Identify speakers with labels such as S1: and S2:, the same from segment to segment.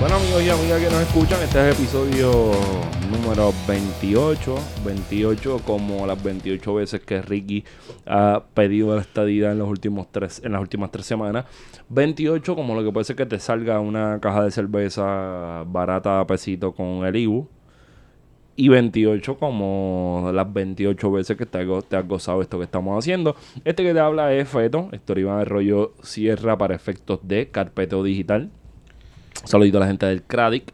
S1: Bueno amigos y amigas que nos escuchan, este es el episodio número 28, 28 como las 28 veces que Ricky ha pedido la estadía en, los últimos tres, en las últimas tres semanas, 28 como lo que puede ser que te salga una caja de cerveza barata a pesito con el Ibu y 28 como las 28 veces que te, has go- te has gozado esto que estamos haciendo. Este que te habla es Feto, Héctor Iván Arroyo Sierra para efectos de Carpeteo Digital. Saludito a la gente del Cradic.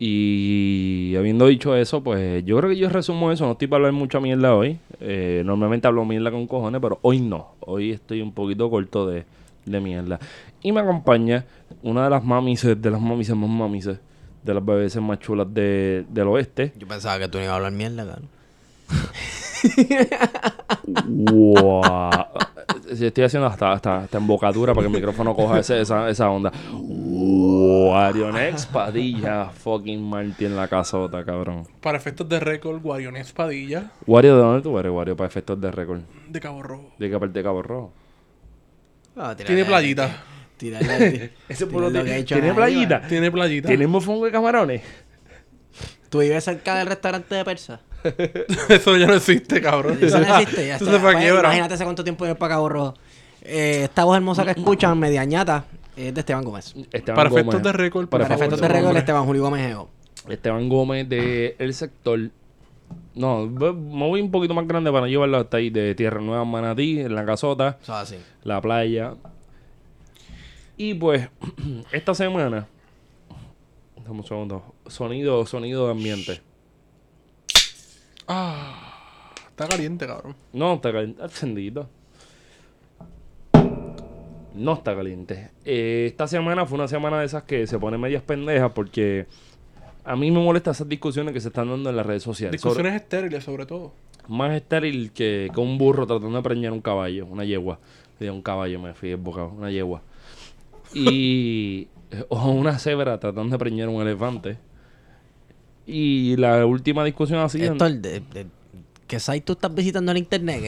S1: Y habiendo dicho eso, pues yo creo que yo resumo eso. No estoy para hablar mucha mierda hoy. Eh, normalmente hablo mierda con cojones, pero hoy no. Hoy estoy un poquito corto de, de mierda. Y me acompaña una de las mamises, de las mamises más mamises, de las bebés más chulas de- del oeste.
S2: Yo pensaba que tú no ibas a hablar mierda, cabrón.
S1: Wow. Sí, Estoy haciendo hasta, hasta, hasta embocadura para que el micrófono coja ese- esa, esa onda. Wow. Arionex Padilla, fucking Marty en la casota, cabrón.
S3: Para efectos de récord, Guariones Padilla
S1: Wario, ¿de dónde tú eres, Wario? Para efectos de récord.
S3: de Cabo Rojo.
S1: ¿De qué parte de Cabo Rojo?
S2: Ah, tírale
S3: Tiene
S2: ahí.
S3: playita.
S2: Tírale ahí.
S1: Ese
S2: Tírale
S1: pueblo
S2: lo que ha hecho
S1: tiene
S2: arriba.
S1: playita.
S3: Tiene playita.
S1: ¿Tenemos mofongo de camarones?
S2: Tú vives cerca del restaurante de persa.
S3: Eso ya no existe, cabrón.
S2: Eso no existe, ya
S3: Eso
S2: está.
S3: se fue a
S2: Pues,
S3: quiebra.
S2: imagínate hace cuánto tiempo vienes para Cabo Rojo. Eh, esta voz hermosa que escuchan, media ñata, es de Esteban Gómez.
S1: Esteban
S3: Para efectos
S1: Gómez.
S3: de récord,
S1: Para
S2: Para
S3: favor,
S2: efectos de
S3: ese
S2: récord,
S3: hombre.
S2: Esteban Julio Gómez Eo.
S1: Esteban Gómez de El Sector. No, ve- me voy un poquito más grande para no llevarlo hasta ahí. De Tierra Nueva, Manatí, en la casota.
S2: Eso es así.
S1: la playa. Y pues, esta semana. Dame un segundo. Sonido, sonido de ambiente.
S3: Está caliente, cabrón.
S1: No, está caliente. Encendido. No está caliente. Eh, esta semana fue una semana de esas que se ponen medias pendejas porque a mí me molesta esas discusiones que se están dando en las redes sociales. Sobre-
S3: Discusiones estériles, sobre todo.
S1: más estéril que, que un burro tratando de preñar un caballo, una yegua. De un caballo me fui embocado, una yegua. Y. o una cebra tratando de preñar un elefante. Y la última discusión así. eh, en-
S2: Héctor, de, de- ¿qué site tú estás visitando en internet?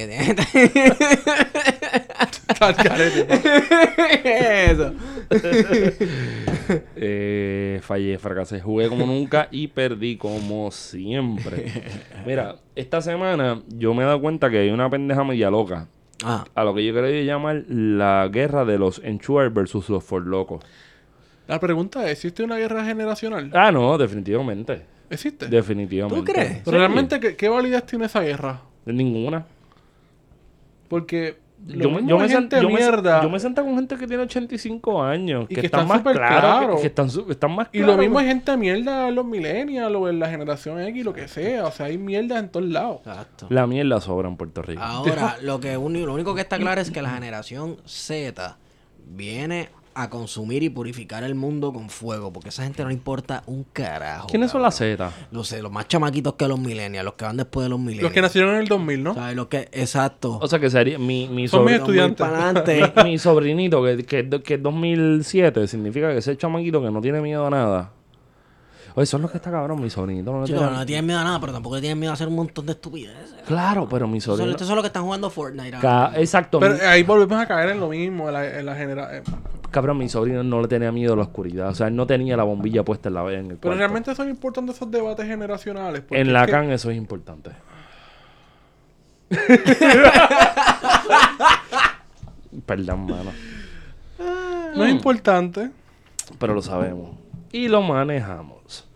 S3: Está al carete, pa.
S2: Eso.
S1: Eh, fallé, fracasé, jugué como nunca y perdí como siempre. Mira, esta semana yo me he dado cuenta que hay una pendeja media loca.
S2: Ah,
S1: A lo que yo creo llamar la guerra de los enchuar versus los forlocos.
S3: La pregunta es, ¿existe una guerra generacional?
S1: Ah, no, definitivamente.
S3: ¿Existe?
S1: Definitivamente.
S2: ¿Tú crees?
S1: Sí.
S3: Pero realmente, ¿qué, qué validez tiene esa guerra?
S1: De ninguna.
S3: Porque lo
S1: Yo, me-
S3: mismo
S1: yo
S3: hay
S1: me
S3: gente
S1: sento, yo, me,
S3: mierda
S1: yo me sento con gente que tiene 85 años.
S3: Y
S1: que,
S3: que
S1: están,
S3: están
S1: más
S3: súper
S1: claros. que-
S3: claros.
S1: Que, están, su- están más
S3: y
S1: claros.
S3: lo mismo hay gente mierda en los millennials o en la generación X, lo que sea. O sea, hay mierda en todos lados.
S2: exacto.
S1: La mierda sobra en Puerto Rico.
S2: Ahora, lo que uni- lo único que está claro es que la generación Z viene a consumir y purificar el mundo con fuego, porque a esa gente no le importa un carajo.
S1: ¿Quiénes son
S2: cabrón.
S1: las Z?
S2: No sé, los más chamaquitos que los millennials, los que van después de los millennials.
S3: Los que nacieron en el 2000, ¿no?
S2: ¿Sabes? Los que, exacto.
S1: O sea, que sería mi, mi,
S3: Son
S1: sobri-
S3: mis estudiantes.
S2: Los muy pa'lante.
S1: mi sobrinito, que, que, es do- que es 2007, significa que ese chamaquito que no tiene miedo a nada. Oye, son los que está cabrón, mi sobrinito. No le
S2: Chicos,
S1: tiene-
S2: no tienen miedo a nada, pero tampoco le tienen miedo a hacer un montón de estupideces.
S1: Claro, pero mi
S2: Son-
S1: sobrino.
S2: estos son los que están jugando Fortnite. ahora.
S1: Ca- Exacto.
S3: Pero eh,
S1: mi-
S3: ahí volvemos a caer en lo mismo, en la, en la genera- eh,
S1: Cabrón, mi sobrino no le tenía miedo a la oscuridad. O sea, él no tenía la bombilla puesta en la en el
S3: Pero
S1: cuarto.
S3: realmente son importantes esos debates generacionales. porque
S1: En la
S3: es que-
S1: can eso es importante. Perdón, mano.
S3: No es importante.
S1: Pero lo sabemos. Y lo manejamos.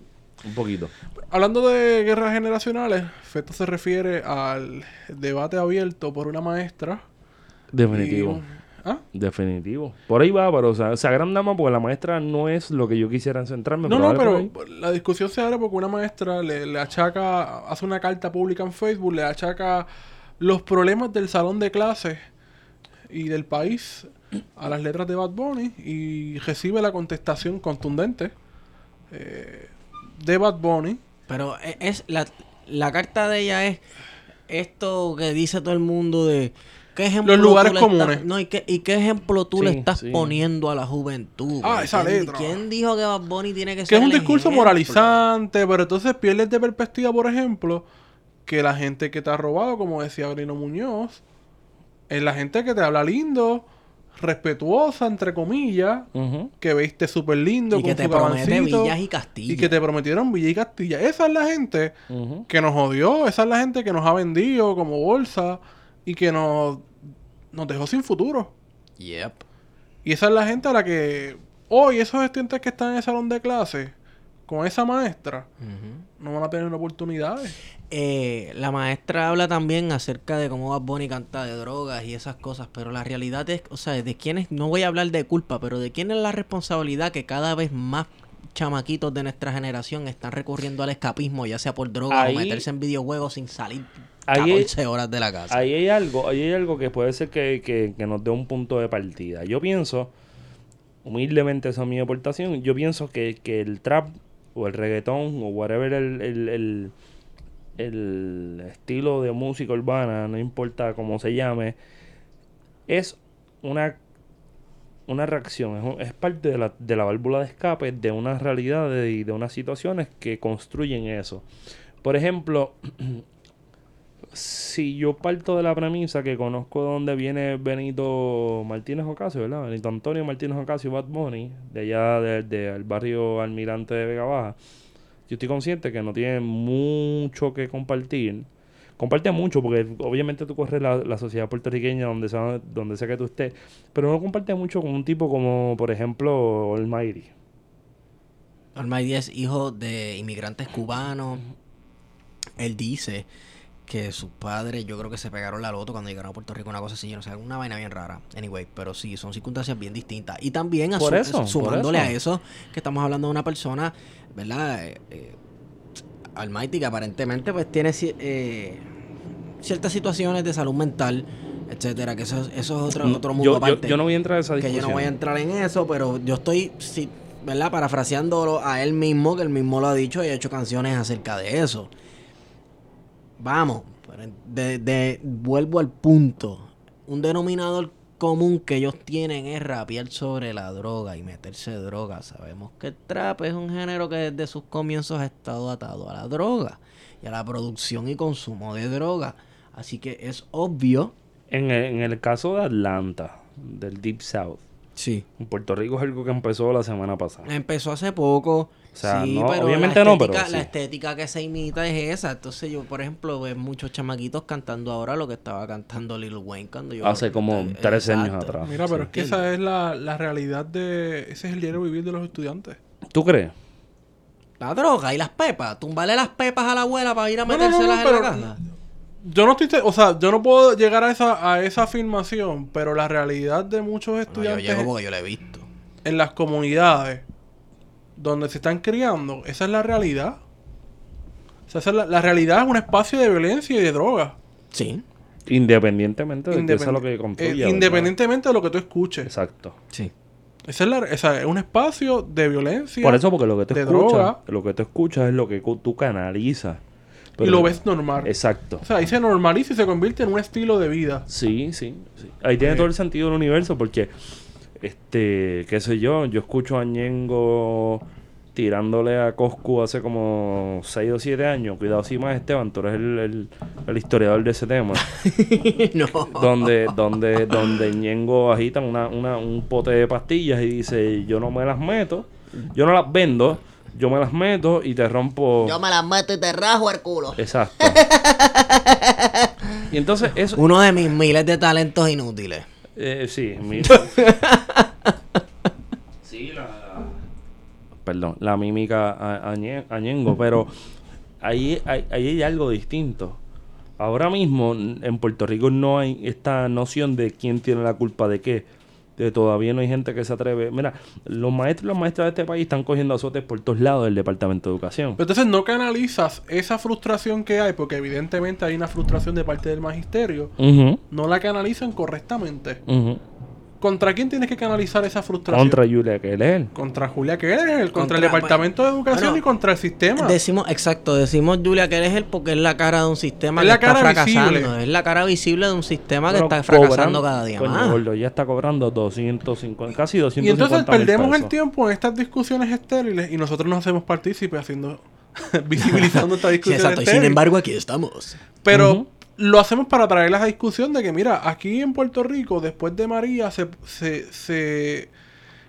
S1: Un poquito.
S3: Hablando de guerras generacionales, Feto se refiere al debate abierto por una maestra. y-
S1: Definitivo.
S3: ¿Ah?
S1: Definitivo. Por ahí va, pero o sea, se agranda más porque la maestra no es lo que yo quisiera centrarme.
S3: No, no,
S1: vale por
S3: pero
S1: ahí.
S3: la discusión se abre porque una maestra le, le achaca, hace una carta pública en Facebook, le achaca los problemas del salón de clases y del país a las letras de Bad Bunny y recibe la contestación contundente eh, de Bad Bunny
S2: Pero e- es la, la carta de ella es esto que dice todo el mundo de qué ejemplo
S3: Los lugares
S2: tú le estás-
S3: comunes.
S2: no, y qué, y qué ejemplo tú le
S1: Sí,
S2: estás
S1: sí.
S2: poniendo a la juventud.
S3: Ah,
S2: ¿Quién-
S3: esa letra.
S2: ¿Quién dijo que Bad Bunny tiene que ser
S3: Que es un
S2: el
S3: discurso
S2: ejemplo?
S3: moralizante, pero entonces pierdes de perspectiva, por ejemplo, que la gente que te ha robado, como decía Brino Muñoz, es la gente que te habla lindo, respetuosa, entre comillas,
S1: Ujú.
S3: que veiste súper lindo,
S2: Y que
S3: con
S2: te
S3: su
S2: promete
S3: gabancito,
S2: villas y castillos.
S3: y que te prometieron Villa y Castilla. Esa es la gente
S1: Ujú.
S3: que nos odió, esa es la gente que nos ha vendido como bolsa y que nos, nos dejó sin futuro.
S2: Yep.
S3: Y esa es la gente a la que hoy esos estudiantes que están en el salón de clase con esa maestra
S2: Ujú.
S3: no van a tener oportunidades.
S2: Eh, la maestra habla también acerca de cómo Bad Bunny canta de drogas y esas cosas, pero la realidad es, o sea, de quién es, no voy a hablar de culpa, pero de quién es la responsabilidad que cada vez más chamaquitos de nuestra generación están recurriendo al escapismo, ya sea por drogas
S1: Ahí-
S2: o meterse en videojuegos sin salir
S1: Ahí-
S2: 14 horas de la casa.
S1: Ahí hay algo, ahí hay algo que puede ser que, que- que nos dé un punto de partida. Yo pienso, humildemente esa es mi aportación, yo pienso que, que el trap o el reggaetón o whatever el, el- el- el estilo de música urbana, no importa cómo se llame, es una, una reacción, es, un- es parte de la, de la válvula de escape de unas realidades y de unas situaciones que construyen eso. Por ejemplo, si yo parto de la premisa que conozco de dónde viene Benito Martínez Ocasio, ¿verdad? Benito Antonio Martínez Ocasio, Bad Bunny, de allá del del barrio Almirante de Vega Baja, yo estoy consciente que no tiene mucho que compartir. Comparte mucho porque obviamente tú corres la, la sociedad puertorriqueña donde sea, donde sea que tú estés, pero no comparte mucho con un tipo como, por ejemplo, Almighty.
S2: Almighty es hijo de inmigrantes cubanos. Él dice que sus padres, yo creo que se pegaron la loto cuando llegaron a Puerto Rico, una cosa así, yo no sé, alguna vaina bien rara. Anyway, pero sí, son circunstancias bien distintas. Y también
S1: Por
S2: asu-
S1: eso, por
S2: sumándole
S1: eso.
S2: a eso, que estamos hablando de una persona, ¿verdad? Eh, eh, Almighty, que aparentemente pues tiene ci- eh, ciertas situaciones de salud mental, etcétera, que eso, eso es otro, otro mundo
S1: Mm, yo, yo,
S2: aparte
S1: yo no voy a entrar a esa
S2: que
S1: discusión.
S2: yo no voy a entrar en eso, pero yo estoy, sí, ¿verdad? Parafraseándolo a él mismo, que él mismo lo ha dicho y ha hecho canciones acerca de eso. Vamos, pero de, de- vuelvo al punto. Un denominador común que ellos tienen es rapear sobre la droga y meterse droga. Sabemos que el trap es un género que desde sus comienzos ha estado atado a la droga y a la producción y consumo de droga. Así que es obvio.
S1: En el- en el caso de Atlanta, del Deep South,
S2: Sí.
S1: En Puerto Rico es algo que empezó la semana pasada.
S2: Empezó hace poco.
S1: sea,
S2: sí,
S1: no,
S2: pero
S1: obviamente
S2: la
S1: no,
S2: estética,
S1: pero sí.
S2: la estética que se imita es esa. Entonces yo, por ejemplo, ves muchos chamaquitos cantando ahora lo que estaba cantando Lil Wayne cuando yo...
S1: Hace como
S2: eh,
S1: 13 años
S2: exacto.
S1: atrás.
S3: Mira, pero
S1: Ah, Sí.
S3: es que esa es la, la realidad de... Ese es el diario vivir de los estudiantes.
S1: ¿Tú crees?
S2: La droga y las pepas. Tumbarle las pepas a la abuela para ir a
S3: No, no, no, no,
S2: metérselas en
S3: pero-
S2: la casa.
S3: Yo no estoy... te- O sea, yo no puedo llegar a esa, a esa afirmación, pero la realidad de muchos
S2: No, yo
S3: estudiantes
S2: llego porque yo la he visto.
S3: en las comunidades donde se están criando, esa es la realidad. O sea, esa es la, la realidad es un espacio de violencia y de drogas.
S2: Sí,
S1: Independientemente de que
S3: Independ-
S1: sea lo que construya.
S3: eh,
S1: ¿verdad?
S3: independientemente de lo que tú escuches.
S1: Exacto.
S2: sí.
S3: Esa es, la, esa es un espacio de violencia.
S1: Por eso, porque lo que tú
S3: de
S1: escuchas,
S3: droga.
S1: lo que tú escuchas es lo que cu- tú canalizas.
S3: y
S1: Pero-
S3: lo ves normal.
S1: Exacto.
S3: O sea, ahí se normaliza y se convierte en un estilo de vida.
S1: Sí, sí, sí. Ahí tiene todo el sentido del universo porque, este, qué sé yo, yo escucho a Ñengo tirándole a Coscu hace como 6 o 7 años. Cuidado si más Esteban, tú eres el, el- el historiador de ese tema.
S2: no.
S1: donde donde donde Ñengo agita una, una- un pote de pastillas y dice yo no me las meto yo no las vendo yo me las meto y te rompo
S4: Yo me las meto y te rajo el culo.
S1: exacto y entonces eso
S2: Uno de mis miles de talentos inútiles.
S1: eh, sí mi- sí la, la- perdón la mímica a, a Ñe- a Ñengo pero ahí, ahí ahí hay algo distinto Ahora mismo n- en Puerto Rico no hay esta noción de quién tiene la culpa de qué. De todavía no hay gente que se atreve. Mira, los maestros y las maestras de este país están cogiendo azotes por todos lados del Departamento de Educación.
S3: Pero entonces no canalizas esa frustración que hay, porque evidentemente hay una frustración de parte del magisterio.
S1: Ujú,
S3: No la canalizan correctamente.
S1: ujú.
S3: ¿Contra quién tienes que canalizar esa frustración?
S1: Contra Julia Keller.
S3: Contra Julia que eres, contra,
S2: Contra-
S3: el Departamento de Educación
S2: bueno,
S3: y contra el sistema.
S2: Decimos, exacto, decimos Julia que eres él porque es la cara de un sistema
S3: Es
S2: que
S3: la
S2: está
S3: cara
S2: fracasando.
S3: visible.
S2: Es la cara visible de un sistema que
S1: Bueno,
S2: está Ah, fracasando
S1: cobran-
S2: cada día
S1: coño,
S2: más.
S1: gordo, ya está cobrando 250, casi
S3: y
S1: 250
S3: entonces
S1: mil
S3: perdemos el
S1: pesos.
S3: tiempo en estas discusiones estériles y nosotros nos hacemos partícipes haciendo visibilizando esta
S2: Sí,
S3: discusión
S2: exacto. Y
S3: estéril.
S2: sin embargo, aquí estamos.
S3: Pero
S1: Ujú.
S3: lo hacemos para traer la discusión de que, mira, aquí en Puerto Rico, después de María, se, se, se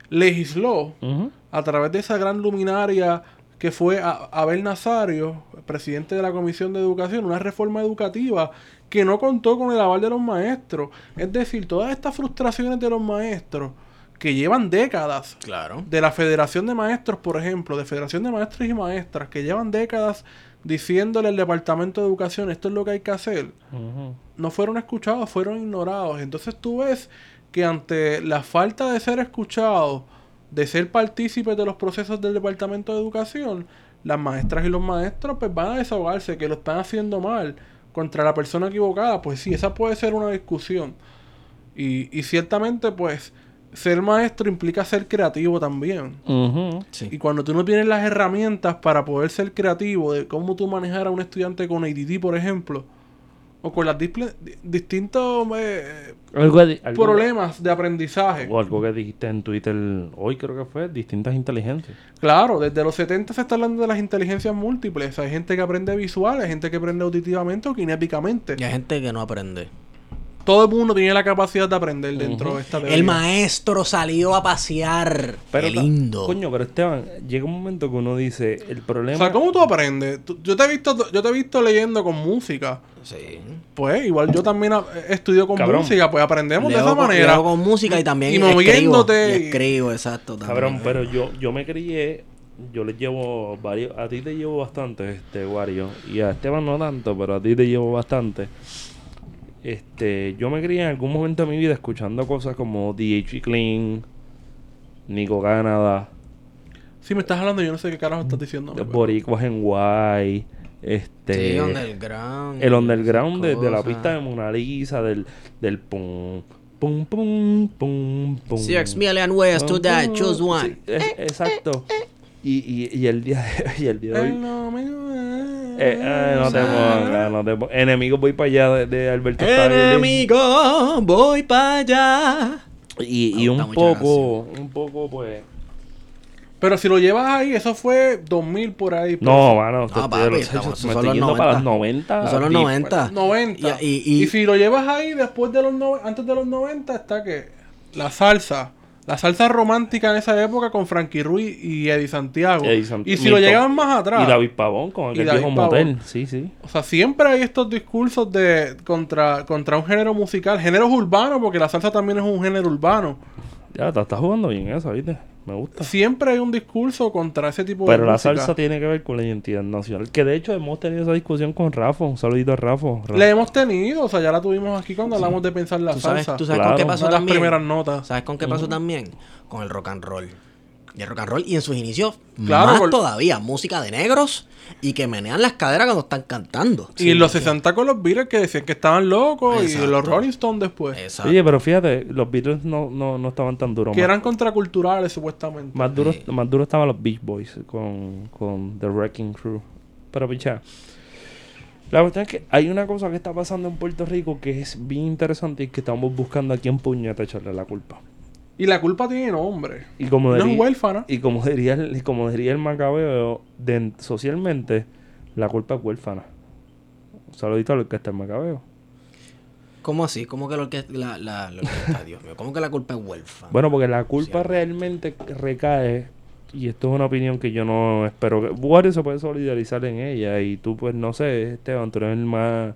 S3: legisló
S1: Ujú.
S3: a través de esa gran luminaria que fue A- Abel Nazario, presidente de la Comisión de Educación, una reforma educativa que no contó con el aval de los maestros. Es decir, todas estas frustraciones de los maestros que llevan décadas
S2: Claro.
S3: de la Federación de Maestros, por ejemplo, de Federación de Maestros y Maestras, que llevan décadas diciéndole al Departamento de Educación esto es lo que hay que hacer,
S1: Ujú.
S3: no fueron escuchados, fueron ignorados. Entonces tú ves que ante la falta de ser escuchados, de ser partícipes de los procesos del Departamento de Educación, las maestras y los maestros pues van a desahogarse, que lo están haciendo mal contra la persona equivocada. Pues sí, esa puede ser una discusión. Y, y ciertamente pues ser maestro implica ser creativo también.
S1: Ujú.
S3: Y cuando tú no tienes las herramientas para poder ser creativo de cómo tú manejar a un estudiante con ADD, por ejemplo, o con los distintos eh,
S1: Algo de- algo-
S3: problemas de aprendizaje.
S1: O algo que dijiste en Twitter hoy, creo que fue, distintas inteligencias.
S3: Claro, desde los 70 se está hablando de las inteligencias múltiples. Hay gente que aprende visual, hay gente que aprende auditivamente o kinépicamente.
S2: Y hay gente que no aprende.
S3: Todo el mundo tiene la capacidad de aprender dentro de esta teoría.
S2: El maestro salió a pasear. Qué
S1: ta-
S2: lindo.
S1: Coño, pero Esteban, llega un momento que uno dice, el
S3: O
S1: problema...
S3: sea, ¿cómo tú aprendes? Tú- yo, te he visto, yo te he visto leyendo con música.
S2: Sí.
S3: Pues igual yo también a- estudio con
S1: Cabrón.
S3: música, pues aprendemos
S2: Leo
S3: de esa
S2: con-
S3: manera.
S2: leo con música y también
S3: Y
S2: escribo.
S3: moviéndote
S2: Y
S3: y-
S2: escribo, exacto. también.
S1: Cabrón, pero yo, yo me crié, yo les llevo varios, a ti te llevo bastante, este, Wario, y a Esteban no tanto, pero a ti te llevo bastante. Este, yo me crié en algún momento de mi vida escuchando cosas como DH Clean, Nico Canadá,
S3: Si me estás hablando, yo no sé qué carajo estás diciendo. hombre.
S1: Boricuas en Guay, este...
S2: Sí, underground.
S1: El underground de, de la
S2: Cosas.
S1: pista de Mona Lisa, del, del pum, pum, pum, pum, pum.
S2: Six million ways to die, choose one.
S1: Mm,
S2: Eh,
S1: Sí, es- exacto. Y, y, y el día de, y el día de
S3: El
S1: hoy.
S3: domingo-
S1: eh, eh, no te
S3: Ah.
S1: pongas, no te pongas. Enemigo, voy para allá de, de Alberto Stanley.
S2: Enemigo, voy para allá.
S1: Y, y
S2: Me gusta
S1: un
S2: mucho
S1: poco, un poco, pues.
S3: Pero si lo llevas ahí, eso fue 2000 por ahí. pues.
S1: No, mano, te-
S2: No,
S1: te-
S2: papi,
S1: me
S2: estamos-
S1: estoy
S2: son los
S1: yendo para los
S2: 90.
S1: 90.
S2: Son los
S1: deep.
S2: 90.
S3: 90.
S2: Y, y- y-
S3: pues, si lo llevas ahí después de los no- antes de los 90 está que la salsa, la salsa romántica en esa época con Frankie Ruiz y Eddie Santiago.
S1: Eddie Sant-
S3: y si lo
S1: Milton.
S3: llevas más atrás.
S1: Y David Pavón con aquel
S3: David
S1: viejo
S3: Pavón.
S1: motel. Sí, sí.
S3: O sea, siempre hay estos discursos de contra contra un género musical, géneros urbanos porque la salsa también es un género urbano.
S1: Ya, te estás jugando bien eso, ¿viste? Me gusta.
S3: Siempre hay un discurso contra ese tipo de
S1: Pero la
S3: música.
S1: salsa tiene que ver con la identidad nacional. Que de hecho hemos tenido esa discusión con Rafa. Un saludito a Rafa. Rafa.
S3: La hemos tenido, o sea, ya la tuvimos aquí cuando hablamos de pensar la
S2: ¿Tú sabes,
S3: salsa.
S2: tú sabes
S1: Claro.
S2: con qué
S3: Una
S2: pasó
S3: de las
S2: también?
S3: primeras notas.
S2: ¿Sabes con qué pasó también? Con el rock and roll. Y el rock and roll, y en sus inicios,
S3: Claro,
S2: más
S3: con-
S2: todavía, música de negros y que menean las caderas cuando están cantando.
S3: y los 60 con los Beatles que decían que estaban locos y
S2: Exacto.
S3: los Rolling Stones después.
S2: Exacto.
S1: Oye, pero fíjate, los Beatles no, no, no estaban tan duros.
S3: Que
S1: Más,
S3: eran contraculturales supuestamente.
S1: más duros más duros estaban los Beach Boys con, con The Wrecking Crew. Pero picha. La cuestión es que hay una cosa que está pasando en Puerto Rico que es bien interesante y que estamos buscando aquí en puñeta echarle la culpa.
S3: Y la culpa tiene nombre.
S1: Y como
S3: No es
S1: diría,
S3: huérfana.
S1: y como diría el, y como diría el macabeo, de- socialmente, la culpa es huérfana. Un saludito a los que está en macabeo.
S2: ¿Cómo así? ¿Cómo que la orquesta, la, la- la orquesta, Dios mío? ¿Cómo que la culpa es huérfana?
S1: Bueno, porque la culpa realmente recae, y esto es una opinión que yo no espero que. Wario se puede solidarizar en ella, y tú, pues no sé, Esteban, tú eres el más.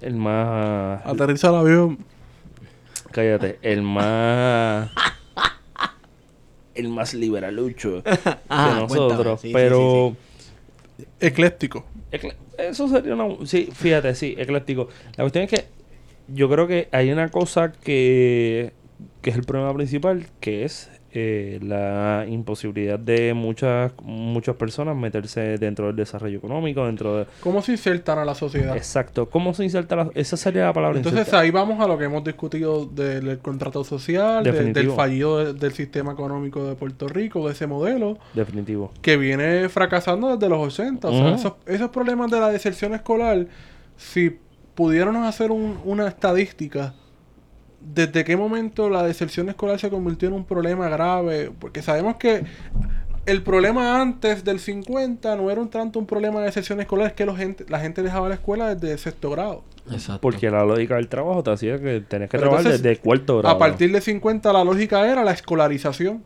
S1: El más.
S3: Aterriza el avión.
S1: Cállate, el más. El más liberalucho de
S2: Ajá, Ah, cuéntame.
S1: nosotros.
S2: Sí, sí,
S1: pero.
S3: Ecléctico.
S1: Ecle- Eso sería una... Sí, fíjate, sí, ecléctico. La cuestión es que yo creo que hay una cosa que, que es el problema principal, que es eh, la imposibilidad de muchas, muchas personas meterse dentro del desarrollo económico, dentro de...
S3: ¿Cómo se insertan a la sociedad?
S1: Exacto. ¿Cómo se inserta? la- Esa sería la palabra.
S3: Entonces
S1: insertar.
S3: ahí vamos a lo que hemos discutido del, del contrato social, de- del
S1: Definitivo.
S3: fallido de- del sistema económico de Puerto Rico, de ese modelo,
S1: Definitivo.
S3: que viene fracasando desde los 80. O sea,
S1: Ujú.
S3: esos, esos problemas de la deserción escolar, si pudiéramos hacer un- una estadística, ¿desde qué momento la deserción escolar se convirtió en un problema grave? Porque sabemos que el problema antes del 50 no era un tanto un problema de deserción escolar, es que los gente- la gente dejaba la escuela desde sexto grado.
S2: Exacto.
S1: Porque la lógica del trabajo te hacía que tenías que
S3: Pero
S1: trabajar
S3: entonces,
S1: desde cuarto grado.
S3: A partir de 50 la lógica era la escolarización.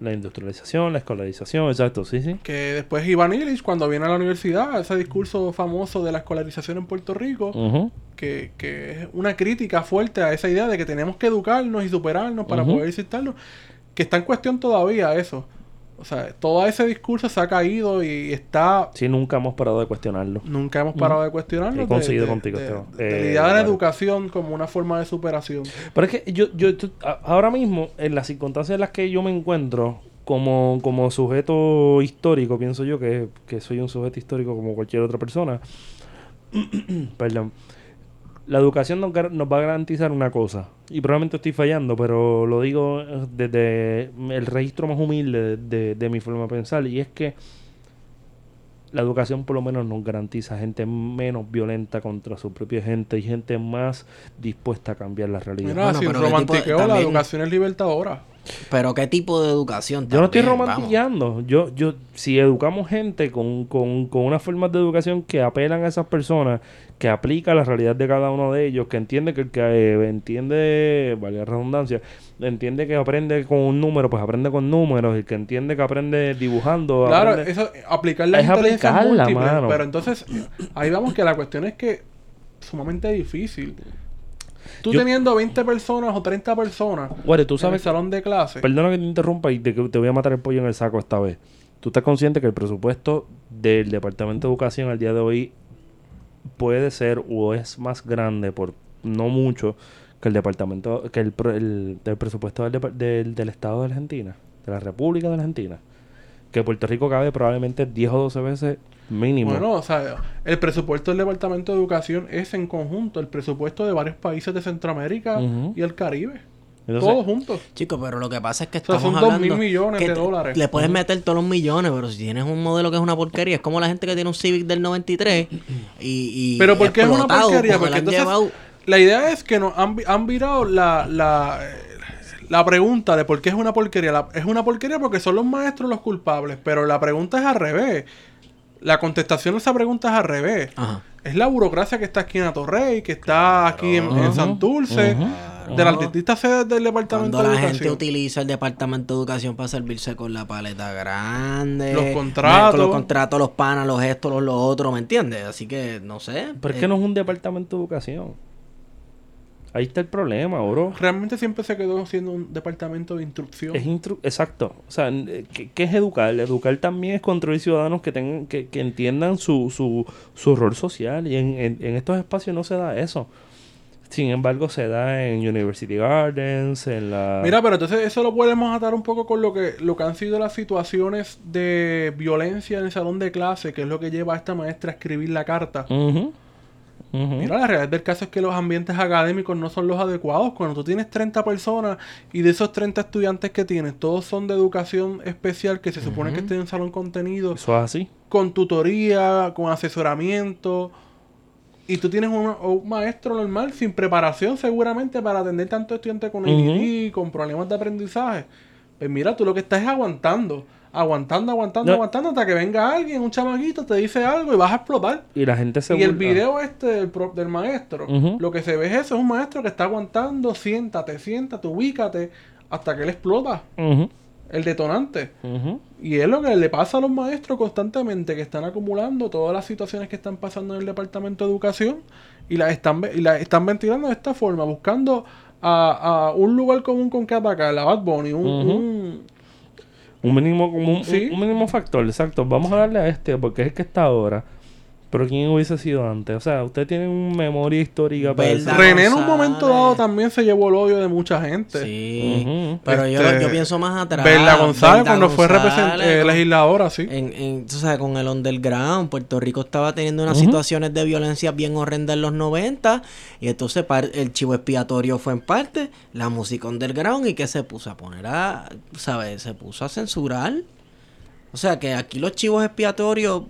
S1: La industrialización, la escolarización, exacto, sí, sí.
S3: Que después Iván Illich, cuando viene a la universidad, ese discurso famoso de la escolarización en Puerto Rico,
S1: Ujú.
S3: que, que es una crítica fuerte a esa idea de que tenemos que educarnos y superarnos para
S1: Ujú.
S3: poder insertarnos, que está en cuestión todavía eso. O sea, todo ese discurso se ha caído y está...
S1: Sí, nunca hemos parado de cuestionarlo.
S3: Nunca hemos parado de cuestionarlo.
S1: He coincido
S3: de,
S1: contigo,
S3: de-
S1: Esteban.
S3: de la
S1: Eh,
S3: idea de la
S1: claro.
S3: educación como una forma de superación.
S1: Pero es que yo, yo tú- a- ahora mismo, en las circunstancias en las que yo me encuentro, como, como sujeto histórico, pienso yo que, que soy un sujeto histórico como cualquier otra persona, perdón, la educación nos, gar- nos va a garantizar una cosa, y probablemente estoy fallando, pero lo digo eh, desde el registro más humilde de, de- de mi forma de pensar, y es que la educación por lo menos nos garantiza gente menos violenta contra su propia gente y gente más dispuesta a cambiar la realidad.
S3: Mira,
S2: Bueno,
S3: sin
S2: pero el tipo de-
S3: romantiqueo, la
S2: también-
S3: educación es libertadora.
S2: Pero qué tipo de educación.
S1: Yo no estoy
S2: también, vamos.
S1: romantillando. Yo, yo, si educamos gente con, con, con unas formas de educación que apelan a esas personas, que aplica la realidad de cada uno de ellos, que entiende que el que eh, entiende, vale la redundancia, entiende que aprende con un número, pues aprende con números, el que entiende que aprende dibujando,
S3: Claro,
S1: aprende-
S3: eso, aplicar la
S1: Es
S3: inteligencia
S1: aplicarla,
S3: múltiple,
S1: mano.
S3: Pero entonces, ahí vamos que la cuestión es que sumamente difícil. Tú
S1: Yo-
S3: teniendo 20 personas o 30 personas
S1: Guare, tú
S3: en el
S1: sabes,
S3: salón de clase.
S1: perdona que te interrumpa y te, te voy a matar el pollo en el saco esta vez. ¿Tú estás consciente que el presupuesto del Departamento de Educación al día de hoy puede ser o es más grande por no mucho que el departamento que el, pro- el- del presupuesto del, depar- del, del Estado de Argentina, de la República de Argentina? Que Puerto Rico cabe probablemente 10 o 12 veces mínimo.
S3: Bueno, o sea, el presupuesto del Departamento de Educación es en conjunto el presupuesto de varios países de Centroamérica
S1: Ujú.
S3: y el Caribe.
S1: Entonces,
S3: todos juntos.
S2: Chicos, pero lo que pasa es que
S3: O sea,
S2: estamos
S3: son dos
S2: hablando...
S3: mil millones
S2: que
S3: de
S2: te-
S3: dólares.
S2: Le puedes meter todos los millones, pero si tienes un modelo que es una porquería, es como la gente que tiene un Civic del 93 y... y
S3: Pero ¿por qué es una
S2: explotado
S3: porquería?
S2: porque
S3: Porque
S2: lo han
S3: entonces
S2: llevado-
S3: la idea es que nos han, vi- han virado la, la, la pregunta de por qué es una porquería. La- es una porquería porque son los maestros los culpables, pero la pregunta es al revés. La contestación a esa pregunta es al revés.
S2: Ajá.
S3: Es la burocracia que está aquí en Atorrey, que está aquí en, en Santurce, de las distintas sedes del
S2: Cuando
S3: Departamento de
S2: la
S3: Educación.
S2: gente utiliza el departamento de educación para servirse con la paleta grande,
S3: Los
S2: me-
S3: contratos.
S2: con los contratos, los panas, los estos, los, los otros, ¿me entiendes? Así que no sé.
S1: ¿por
S2: Eh,
S1: qué no es un departamento de educación? Ahí está el problema, bro.
S3: Realmente siempre se quedó siendo un departamento de instrucción.
S1: Es intru- Exacto. O sea, n- eh, ¿qué, qué es educar? Educar también es construir ciudadanos que tengan que, que entiendan su, su, su rol social. Y en, en- en estos espacios no se da eso. Sin embargo, se da en University Gardens, en la...
S3: Mira, pero entonces eso lo podemos atar un poco con lo que, lo que han sido las situaciones de violencia en el salón de clase, que es lo que lleva a esta maestra a escribir la carta.
S1: Ujú. Ujú.
S3: Mira, la realidad del caso es que los ambientes académicos no son los adecuados. Cuando tú tienes 30 personas y de esos 30 estudiantes que tienes, todos son de educación especial, que se supone que estén en salón contenido,
S1: Eso es así.
S3: con tutoría, con asesoramiento. Y tú tienes una- un maestro normal sin preparación seguramente para atender tanto estudiante con ADD, con problemas de aprendizaje. Pues mira, tú lo que estás es aguantando. Aguantando, aguantando,
S1: No.
S3: aguantando hasta que venga alguien, un chamaquito, te dice algo y vas a explotar.
S1: Y la gente se...
S3: Y el
S1: burla.
S3: video este del, pro- del maestro,
S1: Ujú.
S3: lo que se ve es eso, es un maestro que está aguantando, siéntate, siéntate, ubícate, hasta que él explota
S1: Ujú.
S3: el detonante.
S1: Ujú.
S3: Y es lo que le pasa a los maestros constantemente, que están acumulando todas las situaciones que están pasando en el Departamento de Educación y las están, ve- y las están ventilando de esta forma, buscando a, a un lugar común con que atacar, la Bad Bunny, un... un-
S1: Un mínimo, como un,
S3: Sí.
S1: un mínimo factor, exacto. Vamos a darle a este porque es el que está ahora. Pero ¿quién hubiese sido antes? O sea, usted tiene una memoria histórica para
S2: ¿Verdad?
S1: eso.
S3: René en un
S2: González.
S3: momento dado también se llevó el odio de mucha gente.
S2: Sí.
S1: Ujú.
S2: Pero yo,
S3: Este,
S2: yo pienso más atrás.
S3: Berla González
S2: Berta
S3: cuando fue
S2: González,
S3: represent- eh,
S2: con-
S3: legisladora, sí.
S2: En, en- tú sabes, con el underground, Puerto Rico estaba teniendo unas situaciones de violencia bien horrendas en los 90 y entonces par- el chivo expiatorio fue en parte la música underground y que se puso a poner a, ¿sabes? Se puso a censurar. O sea que aquí los chivos expiatorios,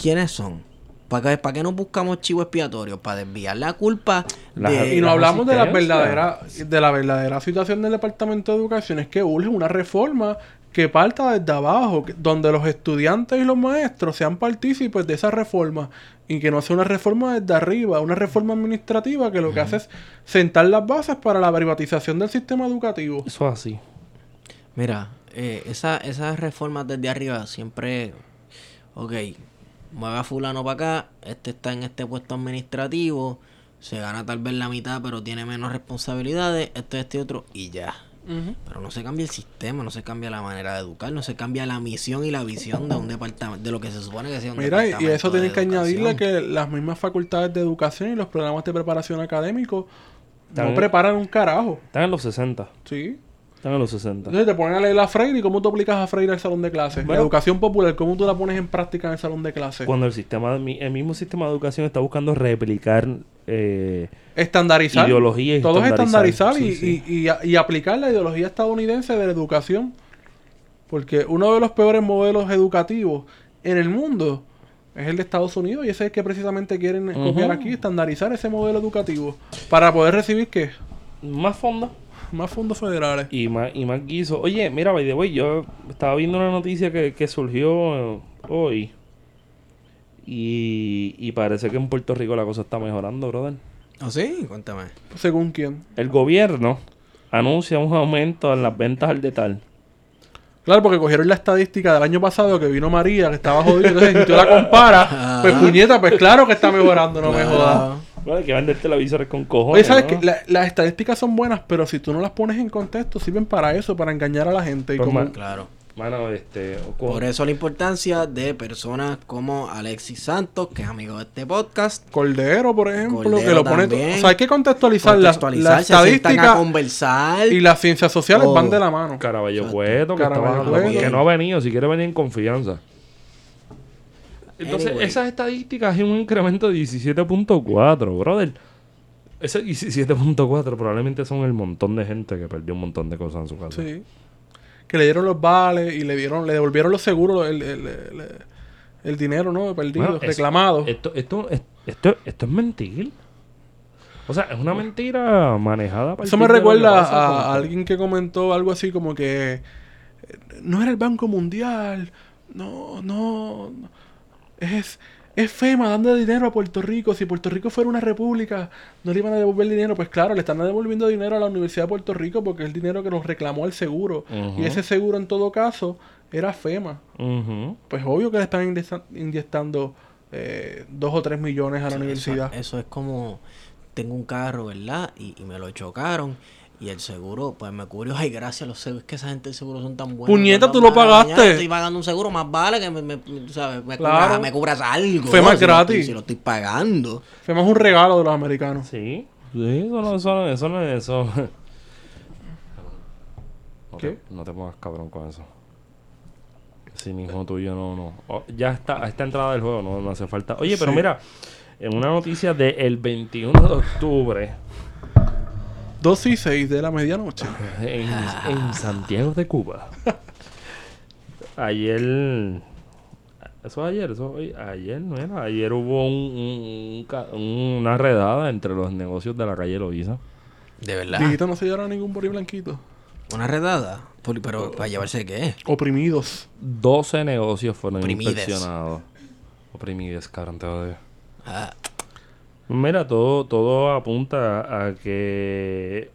S2: ¿quiénes son? ¿Para qué, para qué nos buscamos chivos expiatorios? Para desviar la culpa
S1: Las-
S2: Eh,
S3: Y
S1: la
S3: no hablamos de la
S1: resistencia.
S3: verdadera de la verdadera situación del Departamento de Educación es que urge una reforma que parta desde abajo, que- donde los estudiantes y los maestros sean partícipes de esa reforma y que no sea una reforma desde arriba, una reforma administrativa que lo que hace es sentar las bases para la privatización del sistema educativo.
S1: Eso es así.
S2: Mira, eh, esa- esas reformas desde arriba siempre, ok, mueve a fulano para acá, este está en este puesto administrativo, se gana tal vez la mitad, pero tiene menos responsabilidades, esto, este y otro, y ya. Pero no se cambia el sistema, no se cambia la manera de educar, no se cambia la misión y la visión de un departamento, de lo que se supone que sea un
S3: Mira, y- y
S2: departamento.
S3: a eso tienen
S2: de
S3: que añadirle
S2: educación.
S3: que las mismas facultades de educación y los programas de preparación académico no
S1: También-
S3: preparan un carajo,
S1: Están en los 60.
S3: ¿sí?
S1: Están en los 60.
S3: Entonces te ponen a leer a Freire y cómo tú aplicas a Freire al salón de clases.
S1: Bueno.
S3: la educación popular, cómo tú la pones en práctica en el salón de clases.
S1: Cuando el sistema mi- el mismo sistema de educación está buscando replicar eh,
S3: Estandarizar.
S1: Ideología y
S3: Todo es
S1: estandarizar.
S3: estandarizar y,
S1: Sí,
S3: y- y a- y aplicar la ideología estadounidense de la educación. Porque uno de los peores modelos educativos en el mundo es el de Estados Unidos y ese es el que precisamente quieren copiar aquí, estandarizar ese modelo educativo para poder recibir qué?
S1: más fondos
S3: Más fondos federales.
S1: y más, y más guiso. Oye, mira, by the way, yo estaba viendo una noticia que, que surgió eh, hoy. Y, y parece que en Puerto Rico la cosa está mejorando, brother.
S2: ¿Ah, sí? Cuéntame.
S3: Según quién.
S1: El gobierno anuncia un aumento en las ventas al detalle.
S3: Claro, porque cogieron la estadística del año pasado que vino María, que estaba jodida, entonces si tú la
S2: Ah.
S3: comparas, pues puñeta, pues claro que está mejorando, no me jodas.
S1: Bueno, hay que vender televisores con cojones.
S3: Oye, ¿sabes
S1: ¿no?
S3: qué? La- las estadísticas son buenas, pero si tú no las pones en contexto, sirven para eso, para engañar a la gente. Y
S1: Pues
S3: como-
S1: mal.
S2: Claro.
S1: Mano, este. o co-
S2: Por eso la importancia de personas como Alexis Santos, que es amigo de este podcast,
S3: Cordero, por ejemplo,
S2: Cordero
S3: que lo pone...
S2: también.
S3: O sea, hay que contextualizar, la-
S2: contextualizar,
S3: la
S2: se sientan a
S3: estadística
S2: conversar.
S3: y las ciencias sociales
S2: Oh.
S3: van de la mano.
S1: Caraballo Cueto, que,
S3: Caraballo
S1: estaba hablando,
S3: Cueto.
S1: que no ha venido, si quiere venir en confianza. Entonces,
S2: Anyway.
S1: esas estadísticas es un incremento de 17.4, brother. Ese 17.4 probablemente son el montón de gente que perdió un montón de cosas en su casa.
S3: Sí. Que le dieron los vales y le dieron, le devolvieron los seguros, el, el- el- el dinero, ¿no? Perdido,
S1: Mano, es-
S3: reclamado.
S1: Esto, esto, es- esto, esto es mentir. O sea, es una mentira manejada. a partir
S3: Eso me
S1: de lo que
S3: recuerda
S1: pasa
S3: a,
S1: con-
S3: a alguien que comentó algo así como que eh, no era el Banco Mundial, no, no, no. es, es FEMA dando dinero a Puerto Rico, si Puerto Rico fuera una república no le iban a devolver dinero, pues claro, le están devolviendo dinero a la Universidad de Puerto Rico porque es el dinero que nos reclamó el seguro
S1: Ujú.
S3: y ese seguro en todo caso era FEMA,
S1: Ujú.
S3: pues obvio que le están inyecta- inyectando eh, dos o tres millones a la universidad.
S2: Eso, eso es como, tengo un carro, ¿verdad? Y, y me lo chocaron. Y el seguro, pues me cubrió. Ay, gracias, los seguros, es que esa gente del seguro son tan buenos.
S3: Puñeta,
S2: no
S3: tú
S2: me
S3: lo
S2: van a
S3: pagaste.
S2: dañar, Estoy pagando un seguro, más vale que me, me- tú sabes, me,
S3: Claro.
S2: cubras, me cubras algo.
S3: Fue más
S2: si lo estoy-
S3: gratis.
S2: si lo estoy pagando.
S3: FEMA es un regalo de los americanos.
S1: Sí. Sí, eso no, eso no, eso no es eso. No te-
S3: ¿Qué?
S1: no te pongas cabrón con eso. Sí, hijo tuyo no, no. Oh, ya está, a esta entrada del juego no, no hace falta. Oye, pero
S3: Sí.
S1: mira, en una noticia del 21 de octubre
S3: Dos y seis de la medianoche.
S1: en,
S3: Ah.
S1: en Santiago de Cuba. Ayer. Eso es ayer, eso hoy- ayer no era. Ayer hubo un- un- un ca- una redada entre los negocios de la calle Loiza.
S2: De verdad.
S3: Dieguito no se llevaron a ningún boli blanquito.
S2: Una redada. Por- Pero, ¿para llevarse qué?
S3: Oprimidos.
S1: 12 negocios fueron
S2: Oprimides.
S1: inspeccionados. Oprimides, cabrón, te odio.
S2: Ah,
S1: Mira, todo, todo apunta a que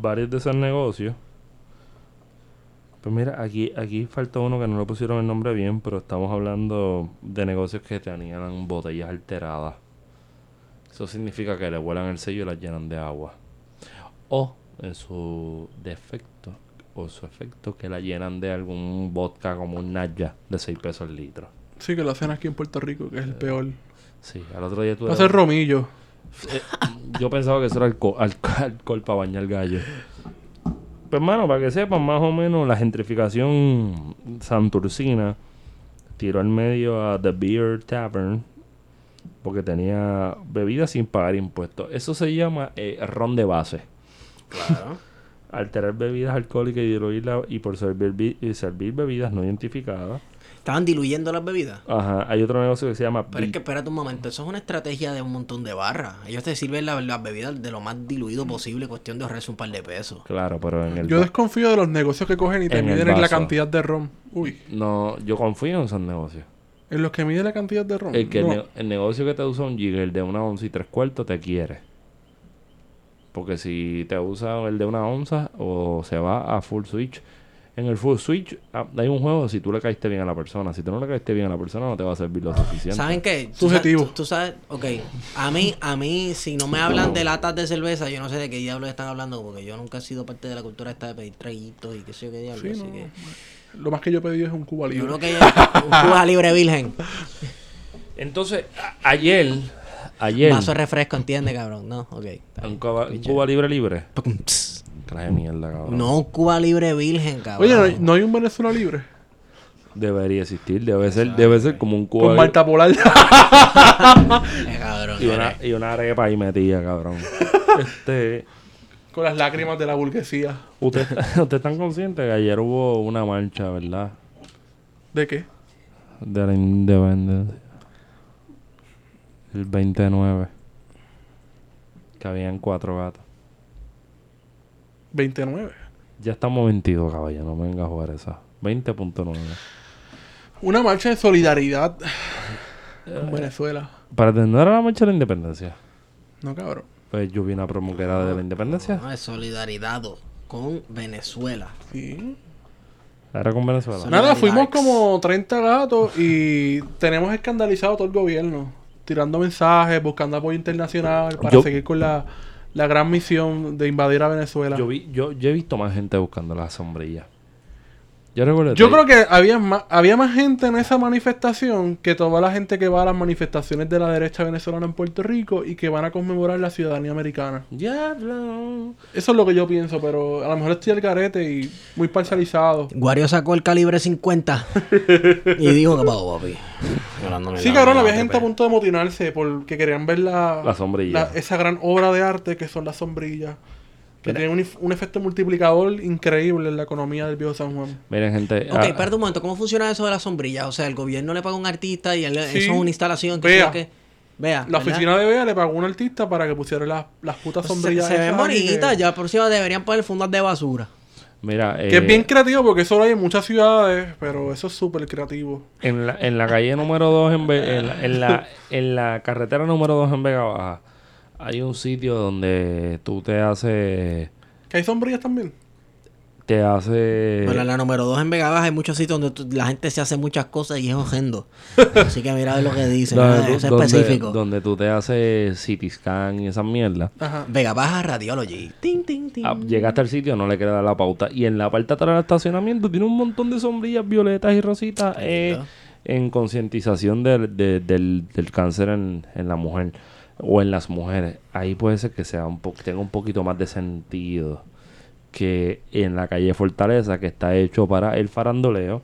S1: varios de esos negocios. Pues mira, aquí, aquí faltó uno que no le pusieron el nombre bien, pero estamos hablando de negocios que tenían botellas alteradas. Eso significa que le vuelan el sello y las llenan de agua. O, en su defecto, o su efecto, que la llenan de algún vodka como un Naya de 6 pesos el litro.
S3: Sí, que lo hacen aquí en Puerto Rico, que es el peor.
S1: Sí, al otro día tú
S3: Va a
S1: eras-
S3: ser Romillo.
S1: Eh, yo pensaba que eso era alcohol, alcohol para bañar gallo. Pues, hermano, para que sepan, más o menos la gentrificación santurcina tiró al medio a The Beer Tavern porque tenía bebidas sin pagar impuestos. Eso se llama eh, ron de base.
S2: Claro.
S1: Alterar bebidas alcohólicas y diluirlas y por servir, bi- y servir bebidas no identificadas.
S2: Estaban diluyendo las bebidas.
S1: Ajá, hay otro negocio que se llama
S2: Pero es
S1: Beat.
S2: que espérate un momento, eso es una estrategia de un montón de barras. Ellos te sirven la- las bebidas de lo más diluido posible, cuestión de ahorrarse un par de pesos.
S1: Claro, pero en el
S3: Yo
S1: ba-
S3: desconfío de los negocios que cogen y te
S1: En el
S3: miden en la
S1: vaso.
S3: cantidad de rom. Uy.
S1: no, yo confío en esos negocios.
S3: En los que miden la cantidad de rom.
S1: El, que
S3: No.
S1: el, ne- el negocio que te usa un jigger el de una onza y tres cuartos te quiere. Porque si te usa el de una onza o se va a full switch. En el full switch ah, hay un juego si tú le caíste bien a la persona. Si tú no le caíste bien a la persona no te va a servir lo suficiente.
S2: ¿Saben qué? Tú sa-
S3: Subjetivo.
S2: Tú, tú sabes, ok. A mí, a mí, si no me hablan de latas de cerveza, yo no sé de qué diablos están hablando, porque yo nunca he sido parte de la cultura esta de pedir traguitos y qué sé yo qué diablos.
S3: Sí,
S2: así
S3: no.
S2: que.
S3: Lo más que yo he pedido es un Cuba
S2: Yo
S3: Libre.
S2: creo que un Cuba libre virgen.
S1: Entonces, a- ayer, ayer,
S2: Vaso de refresco, entiende, cabrón. No, ok. está
S1: un
S2: bien.
S1: Cuba, un Cuba libre libre.
S2: Pum, ps.
S1: Traje de mierda, cabrón.
S2: No, un Cuba libre virgen, cabrón.
S3: Oye, ¿no hay, no hay un Venezuela libre?
S1: Debería existir, debe ser, debe ser como un Cuba
S3: Con Marta Polar.
S2: Eh, cabrón.
S1: y una,
S2: eres.
S1: y una arepa ahí metida, cabrón. este.
S3: con las lágrimas de la burguesía.
S1: Ustedes usted están conscientes que ayer hubo una marcha, ¿verdad?
S3: ¿De qué?
S1: De la independencia. El 29. Que habían cuatro gatos.
S3: 29.
S1: Ya estamos 22, caballo. No me venga a jugar esa. 20.9.
S3: Una marcha de solidaridad
S1: Ah.
S3: con Venezuela.
S1: Para atender a la marcha de la independencia.
S3: No, cabrón.
S1: Pues yo vi una promo que era de la independencia.
S2: No, es solidaridad con Venezuela.
S3: Sí.
S1: Era con Venezuela.
S3: Nada,
S2: Solidaridad.
S3: fuimos como 30 gatos y tenemos escandalizado todo el gobierno. Tirando mensajes, buscando apoyo internacional para
S1: Yo-
S3: seguir con la, la gran misión de invadir a Venezuela.
S1: Yo,
S3: Yo,
S1: vi, yo, yo he visto más gente buscando las sombrillas. Yo recuerdo.
S3: creo que había más, había más gente en esa manifestación que toda la gente que va a las manifestaciones de la derecha venezolana en Puerto Rico y que van a conmemorar la ciudadanía americana.
S1: Ya, no.
S3: Eso es lo que yo pienso, pero a lo mejor estoy al garete y muy parcializado.
S2: Guario sacó el calibre 50 y dijo que pago, papi. Hablándome
S3: Sí,
S2: la-
S3: cabrón,
S2: la
S3: había
S2: ATP.
S3: gente a punto de motinarse porque querían ver la,
S1: La sombrilla.
S3: la- esa gran obra de arte que son las sombrillas. Que tienen un, un efecto multiplicador increíble en la economía del viejo San Juan.
S1: Miren, gente.
S2: Ok,
S1: ah,
S2: perdón un momento, ¿cómo funciona eso de las sombrillas? O sea, el gobierno le paga a un artista y él-
S3: Sí.
S2: eso es una instalación que
S3: Vea.
S2: tiene que. Vea.
S3: La
S2: ¿verdad? Pues
S3: oficina de Bea le pagó a un artista para que pusiera las, las putas
S2: Se-
S3: sombrillas.
S2: Se, ven
S3: esas ahí
S2: bonitas,
S3: que-
S2: ya por si deberían poner fundas de basura.
S1: Mira,
S3: Que
S1: eh,
S3: es bien creativo porque eso lo hay en muchas ciudades, pero eso es súper creativo.
S1: En la, en la calle número 2, en, Ve- en, la, en, la, en la carretera número 2 en Vega Baja, hay un sitio donde tú te haces.
S3: Que hay sombrillas también.
S1: Te hace.
S2: Pero en la número 2 en Vega Baja hay muchos sitios donde tú- la gente se hace muchas cosas y es ojendo. Así que mira lo que dice,
S1: donde
S2: nada de
S1: tú-
S2: eso
S1: donde-
S2: específico.
S1: donde tú te haces CT scan y esas mierdas.
S3: Ajá.
S2: Vega Baja Radiology. Tin, tin, tin.
S1: Ah, llegaste al sitio, no le queda la pauta. Y en la parte de atrás del estacionamiento tiene un montón de sombrillas violetas y rositas eh,
S2: lindo.
S1: en concientización del, de- del, del cáncer en, en la mujer o en las mujeres. Ahí puede ser que sea un po- tenga un poquito más de sentido que en la calle Fortaleza, que está hecho para el farandoleo.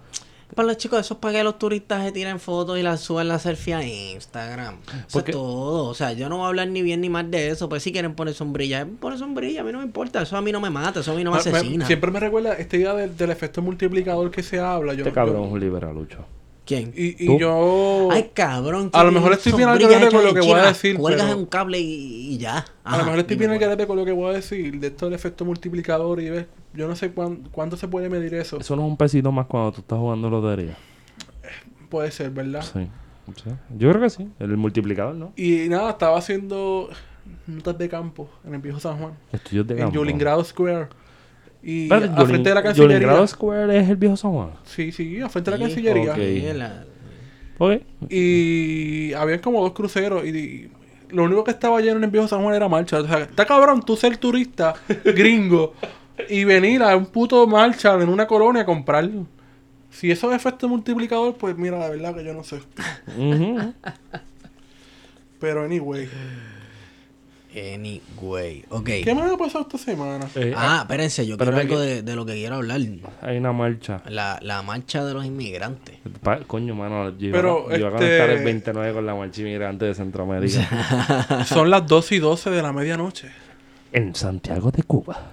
S2: Para los chicos, esos para que los turistas se tiren fotos y las suban la selfie a Instagram. Eso
S1: Porque-
S2: es todo. O sea, yo no voy a hablar ni bien ni mal de eso. Pues si quieren poner sombrilla, poner sombrilla. A mí no me importa. Eso a mí no me mata. Eso a mí no me
S3: Ah, me-
S2: asesina.
S3: siempre me recuerda esta idea del, del efecto multiplicador que se habla. Yo,
S1: Este cabrón es
S3: yo-
S1: un liberalucho.
S2: ¿Quién?
S3: y
S1: ¿Tú?
S3: y yo.
S2: Ay, cabrón.
S3: A lo
S2: tienen
S3: mejor estoy bien al
S2: sombrillas
S3: garete con
S2: hechas
S3: lo
S2: en
S3: que voy a
S2: China,
S3: decir,
S2: Cuelgas
S3: pero-
S2: en un cable y, y ya.
S1: Ah,
S3: A lo mejor estoy
S2: dime
S3: bien al
S2: cuál.
S3: garete con lo que voy a decir de esto del efecto multiplicador y ves, yo no sé cuán- cuánto se puede medir eso.
S1: Eso no es un pesito más cuando tú estás jugando lotería.
S3: Puede ser, ¿verdad?
S1: Sí. Sí. Yo creo que sí. El multiplicador, ¿no?
S3: Ah. Y nada, estaba haciendo notas de campo en el viejo San Juan,
S1: Estudios de
S3: en
S1: campo.
S3: Yolingrado Square. Y
S1: Espérate,
S3: a
S1: Yolin-
S3: frente de la Cancillería.
S1: Yolingrado Square es el viejo San Juan.
S3: Sí, sí, a frente de la
S2: Sí,
S3: Cancillería.
S1: ok.
S2: Sí, la-
S1: Ok.
S3: Y había como dos cruceros y, y lo único que estaba lleno en el viejo San Juan era marcha. O sea, está cabrón tú ser turista gringo y venir a un puto marcha en una colonia a comprarlo. Si eso es efecto multiplicador, pues mira, la verdad que yo no sé.
S1: Ujú.
S3: Pero anyway.
S2: Anyway, ok.
S3: ¿Qué más ha pasado esta semana?
S1: Eh,
S2: Ah, espérense, yo
S1: Pero
S2: quiero
S1: es que-
S2: algo de, de lo que quiero hablar.
S1: Hay una marcha.
S2: La, la marcha de los inmigrantes.
S1: Pa- coño, mano, yo,
S3: Pero,
S1: iba, a- yo iba a
S3: este-
S1: conectar el 29 con la marcha inmigrante de Centroamérica.
S3: Son las 12 y 12 de la medianoche.
S1: en Santiago de Cuba.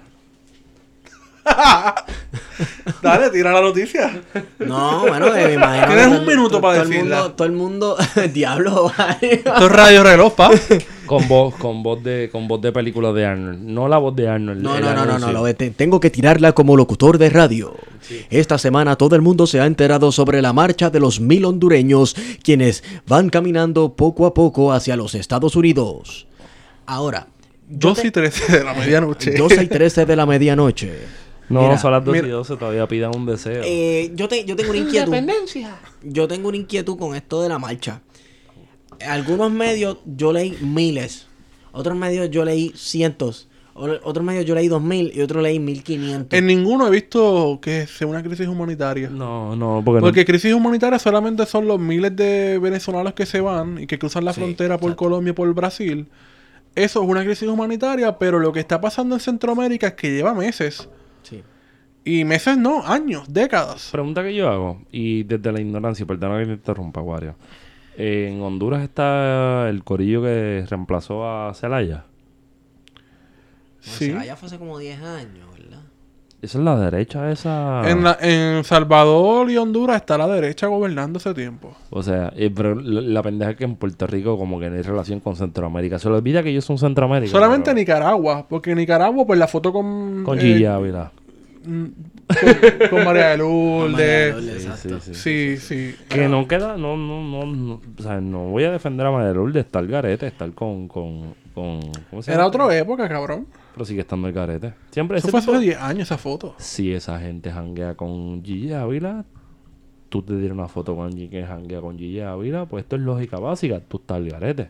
S3: Dale, tira la noticia.
S2: No, bueno, eh, me imagino. que
S3: Tienes
S2: todo
S3: un
S2: el-
S3: minuto
S2: todo-
S3: para
S2: todo el
S3: decirla.
S2: mundo- Todo el mundo, diablo, vale.
S3: Esto es Radio Reloj, pa.
S1: Con voz, con voz de, con voz de película de Arnold. No la voz de Arnold.
S2: No,
S1: el
S2: no, no, no, no,
S1: anuncio.
S2: lo te- tengo que tirarla como locutor de radio. Esta semana todo el mundo se ha enterado sobre la marcha de los mil hondureños, quienes van caminando poco a poco hacia los Estados Unidos. Ahora,
S3: 12 y 13 de la medianoche.
S2: 12 y 13 de la medianoche.
S1: No,
S2: Mira,
S1: son las 12 y
S3: mira.
S1: 12, todavía pidan un deseo.
S2: Eh, yo, te- yo tengo una inquietud. Yo tengo una inquietud con esto de la marcha. Algunos medios yo leí miles, otros medios yo leí cientos, o- otros medios yo leí dos mil y otros leí mil quinientos.
S3: En ninguno he visto que sea una crisis humanitaria.
S1: no, no, porque, no-
S3: Porque crisis humanitaria solamente son los miles de venezolanos que se van y que cruzan la
S2: Sí,
S3: frontera por
S2: exacto.
S3: Colombia y por Brasil. Eso es una crisis humanitaria, pero lo que está pasando en Centroamérica es que lleva meses.
S2: Sí.
S3: Y meses no, años, décadas.
S1: Pregunta que yo hago, y desde la ignorancia, perdona que te interrumpa, Wario. Eh, en Honduras está el corillo que reemplazó a Celaya.
S3: Sí.
S2: fue hace como 10 años, ¿verdad?
S1: Esa es la derecha, esa.
S3: En, la- en Salvador y Honduras está la derecha gobernando ese tiempo.
S1: O sea, eh, pero la, la pendeja es que en Puerto Rico, como que no hay relación con Centroamérica. Se le olvida que ellos son Centroamérica.
S3: Solamente
S1: pero-
S3: Nicaragua, porque en Nicaragua, pues la foto con.
S1: Con
S3: eh,
S1: Gigi Ávila.
S3: con, con María de
S2: María de
S3: Lourdes.
S2: Lourdes, exacto.
S1: sí.
S3: Sí, sí.
S1: Que no queda, no, no, no, no, o sea, no voy a defender a María Lourdes, está el garete, está el con, con, con, ¿cómo se
S3: Era
S1: llama?
S3: otra época, cabrón.
S1: Pero sigue estando el garete. Siempre
S3: Eso
S1: ese
S3: fue hace
S1: tipo-
S3: 10 años esa foto.
S1: Si esa gente janguea con Gigi Ávila, tú te dieras una foto con alguien que janguea con Gigi Ávila, pues esto es lógica básica, tú estás al garete.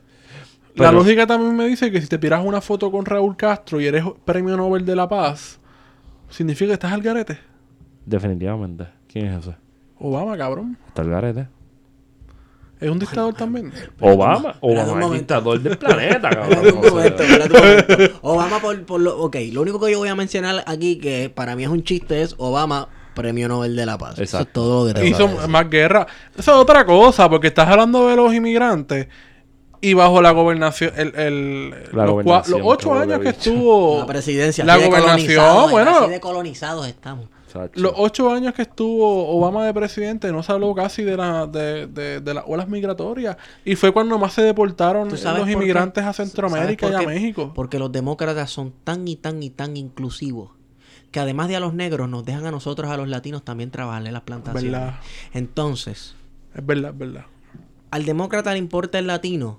S3: La
S1: Pero-
S3: lógica también me dice que si te tiras una foto con Raúl Castro y eres premio Nobel de la Paz, significa que estás al garete.
S1: Definitivamente. ¿Quién es ese?
S3: Obama, cabrón.
S1: Está el garete.
S3: Es un dictador también.
S1: Obama,
S2: un mo- espérate un
S1: Obama es el
S2: momento.
S1: dictador del planeta,
S2: Espérate
S1: cabrón.
S2: un
S1: O sea,
S2: momento, espérate un momento. Obama por, por lo... Ok, lo único que yo voy a mencionar aquí que para mí es un chiste es Obama, Premio Nobel de la Paz. Eso
S1: Exacto.
S2: es todo lo que te
S3: Hizo
S2: voy a decir.
S3: más guerra. Eso es otra cosa, porque estás hablando de los inmigrantes y bajo la gobernación, el, el-
S1: La
S3: los, cua-
S1: gobernación,
S3: los ocho
S1: cabrón,
S3: años
S1: de
S3: que
S1: bicho.
S3: estuvo
S2: La presidencia.
S3: la
S2: así de colonizados,
S3: gobernación,
S2: eh,
S3: bueno,
S2: Así de colonizados estamos.
S1: chacho.
S3: los ocho años que estuvo Obama de presidente no se habló casi de, la, de, de- de las olas migratorias y fue cuando más se deportaron
S2: ¿Tú
S3: los
S2: sabes por qué?
S3: inmigrantes a
S2: ¿Sabes
S3: Centroamérica
S2: por
S3: y a
S2: qué?
S3: México.
S2: Porque los demócratas son tan y tan y tan inclusivos que además de a los negros nos dejan a nosotros, a los latinos, también trabajar en las plantaciones.
S3: ¿Verdad?
S2: Entonces,
S3: Es verdad, es verdad.
S2: al demócrata le importa el latino.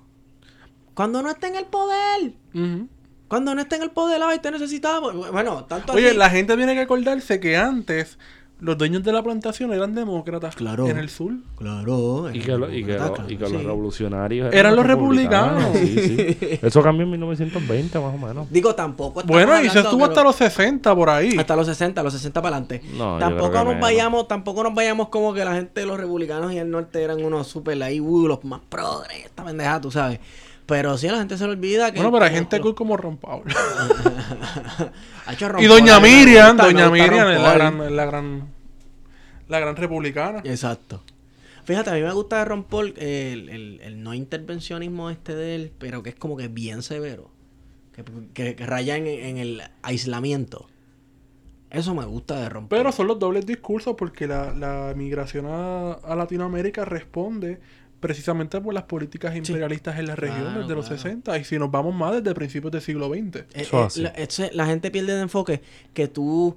S2: Cuando no esté en el poder.
S3: Ujú.
S2: Cuando no esté en el poder, ay, te necesitamos. Bueno, tanto
S3: Oye,
S2: así-
S3: la gente tiene que acordarse que antes los dueños de la plantación eran demócratas
S2: Claro.
S3: en el sur.
S2: Claro.
S1: Y
S2: eh,
S1: que, lo- y que, lo-
S2: demócrata,
S1: y que los
S2: sí.
S1: revolucionarios
S3: Eran los republicanos.
S1: sí, sí. Eso cambió en 1920 más o menos.
S2: Digo, tampoco estamos
S3: Bueno, y se
S2: hablando,
S3: estuvo
S2: pero-
S3: hasta los 60 por ahí.
S2: Hasta los 60, los 60 para adelante.
S1: No, yo creo que
S2: tampoco nos
S1: menos.
S2: vayamos, tampoco nos vayamos como que la gente de los republicanos y el norte eran unos super ahí, uh, los más progres, esta pendejada, tú sabes. Pero sí, a la gente se le olvida que.
S3: Bueno, pero hay
S2: como-
S3: gente cool como Ron Paul.
S2: Ha hecho
S3: y
S2: rompones,
S3: Doña
S2: me
S3: Miriam,
S2: gusta, me
S3: Doña
S2: gusta
S3: Miriam es la
S2: rompones.
S3: gran, es la gran, la gran republicana.
S2: Exacto. Fíjate, a mí me gusta de Ron Paul eh, el, el- el no intervencionismo este de él, pero que es como que bien severo. Que, que- que raya en, en el aislamiento. Eso me gusta de Ron Paul.
S3: Pero son los dobles discursos porque la, la migración a, a Latinoamérica responde precisamente por las políticas imperialistas en la región
S2: Claro,
S3: desde los
S2: claro.
S3: 60 y si nos vamos más desde principios del siglo XX.
S2: Eh,
S1: Eso
S2: eh,
S1: hace.
S2: la, ese- la gente pierde de enfoque que tú,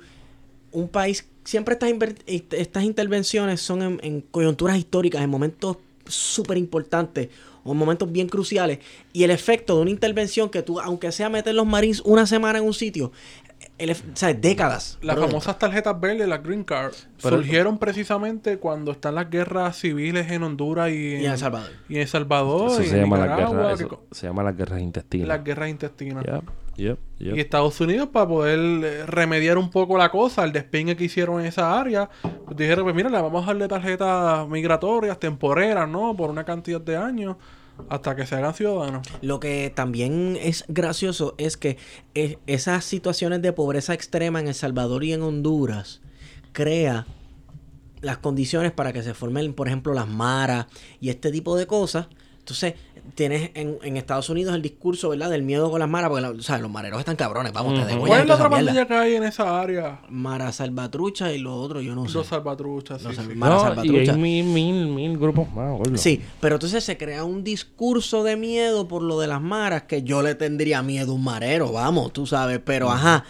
S2: un país, siempre estas, inver- est- estas intervenciones son en, en coyunturas históricas, en momentos súper importantes o en momentos bien cruciales. Y el efecto de una intervención que tú, aunque sea meter los marines una semana en un sitio, el, ef- o sea, décadas.
S3: Las
S2: brother.
S3: famosas tarjetas verdes, las green card,
S1: Pero-
S3: surgieron precisamente cuando están las guerras civiles en Honduras y en,
S2: Y en El Salvador.
S3: y en El Salvador,
S1: Eso
S3: y
S1: se
S3: en
S1: llama, la
S3: Nicaragua,
S1: guerra,
S3: que
S1: eso
S3: co-
S1: se llama las guerras intestinas.
S3: las guerras intestinas.
S1: Yep, yep, yep.
S3: Y Estados Unidos, para poder eh, remediar un poco la cosa, el despeñe que hicieron en esa área, pues dijeron, pues mira, le vamos a darle tarjetas migratorias temporeras, ¿no? Por una cantidad de años, hasta que se hagan ciudadanos.
S2: Lo que también es gracioso es que eh, esas situaciones de pobreza extrema en El Salvador y en Honduras crea las condiciones para que se formen, por ejemplo, las maras y este tipo de cosas. Entonces, tienes en, en Estados Unidos el discurso, ¿verdad? Del miedo con las maras, porque la- o sea, los mareros están cabrones, vamos, te degüellan
S3: ¿Cuál es la
S2: toda
S3: otra
S2: esa mierda.
S3: pandilla que hay en esa área?
S2: Mara salvatrucha y lo otro, yo no sé.
S3: Los salvatruchas. sí,
S2: Los
S3: sí.
S2: Mara
S1: No, y hay
S2: Salvatrucha.
S1: mil, mil, mil grupos más, gordo.
S2: Sí, pero entonces se crea un discurso de miedo por lo de las maras, que yo le tendría miedo a un marero, vamos, tú sabes, pero ajá.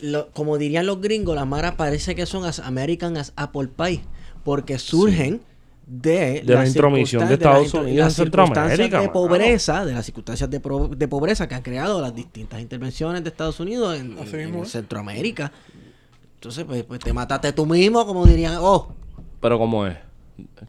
S2: Lo- como dirían los gringos, las maras parece que son as American as Apple Pie, porque surgen de,
S1: De la
S2: las
S1: intromisión de
S2: circunstan- las
S1: Estados
S2: intro-
S1: Unidos en
S2: las circunstancias
S1: Centroamérica,
S2: de
S1: mano.
S2: pobreza, de las circunstancias de, pro- de pobreza que han creado las distintas intervenciones de Estados Unidos en,
S3: Así
S2: en- en
S3: mismo es.
S2: Centroamérica. Entonces, pues, pues, te mataste tú mismo, como dirían, oh,
S1: Pero ¿cómo es?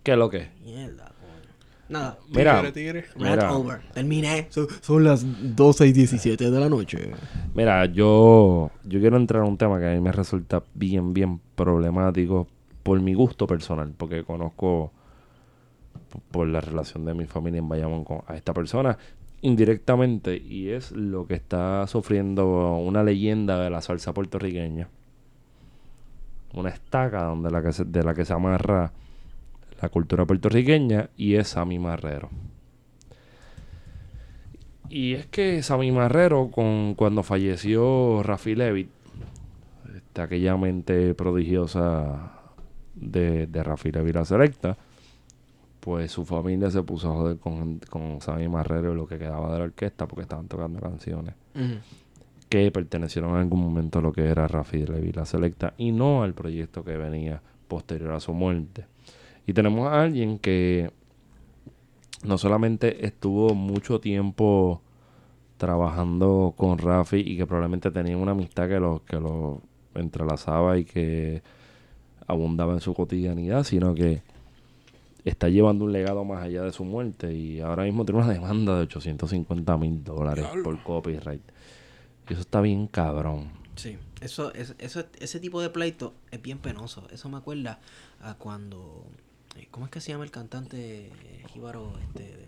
S1: ¿Qué es lo que es?
S2: mierda, coño. Nada.
S1: Mira,
S3: Tigre, tigre.
S2: Rant
S1: Mira.
S2: over. Terminé. Son, las 12 y 17 de la noche.
S1: Mira, yo, yo quiero entrar a un tema que a mí me resulta bien, bien problemático por mi gusto personal, porque conozco p- por la relación de mi familia en Bayamón con a esta persona indirectamente y es lo que está sufriendo una leyenda de la salsa puertorriqueña. Una estaca donde la que se- de la que se amarra la cultura puertorriqueña y es Sammy Marrero. Y es que Sammy Marrero, con, cuando falleció Rafi Levitt, este, aquella mente prodigiosa de, de Rafi Levitt la selecta, pues su familia se puso a joder con, con Sammy Marrero y lo que quedaba de la orquesta porque estaban tocando canciones que pertenecieron en algún momento a lo que era Rafi Levitt la selecta y no al proyecto que venía posterior a su muerte. Y tenemos a alguien que no solamente estuvo mucho tiempo trabajando con Rafi y que probablemente tenía una amistad que lo, que lo entrelazaba y que abundaba en su cotidianidad, sino que está llevando un legado más allá de su muerte y ahora mismo tiene una demanda de 850 mil dólares por copyright. Y eso está bien cabrón.
S2: Sí. Eso, es- eso, ese tipo de pleito es bien penoso. Eso me acuerda a cuando. eh, ¿Cómo es que se llama el cantante eh, jíbaro? Este, de-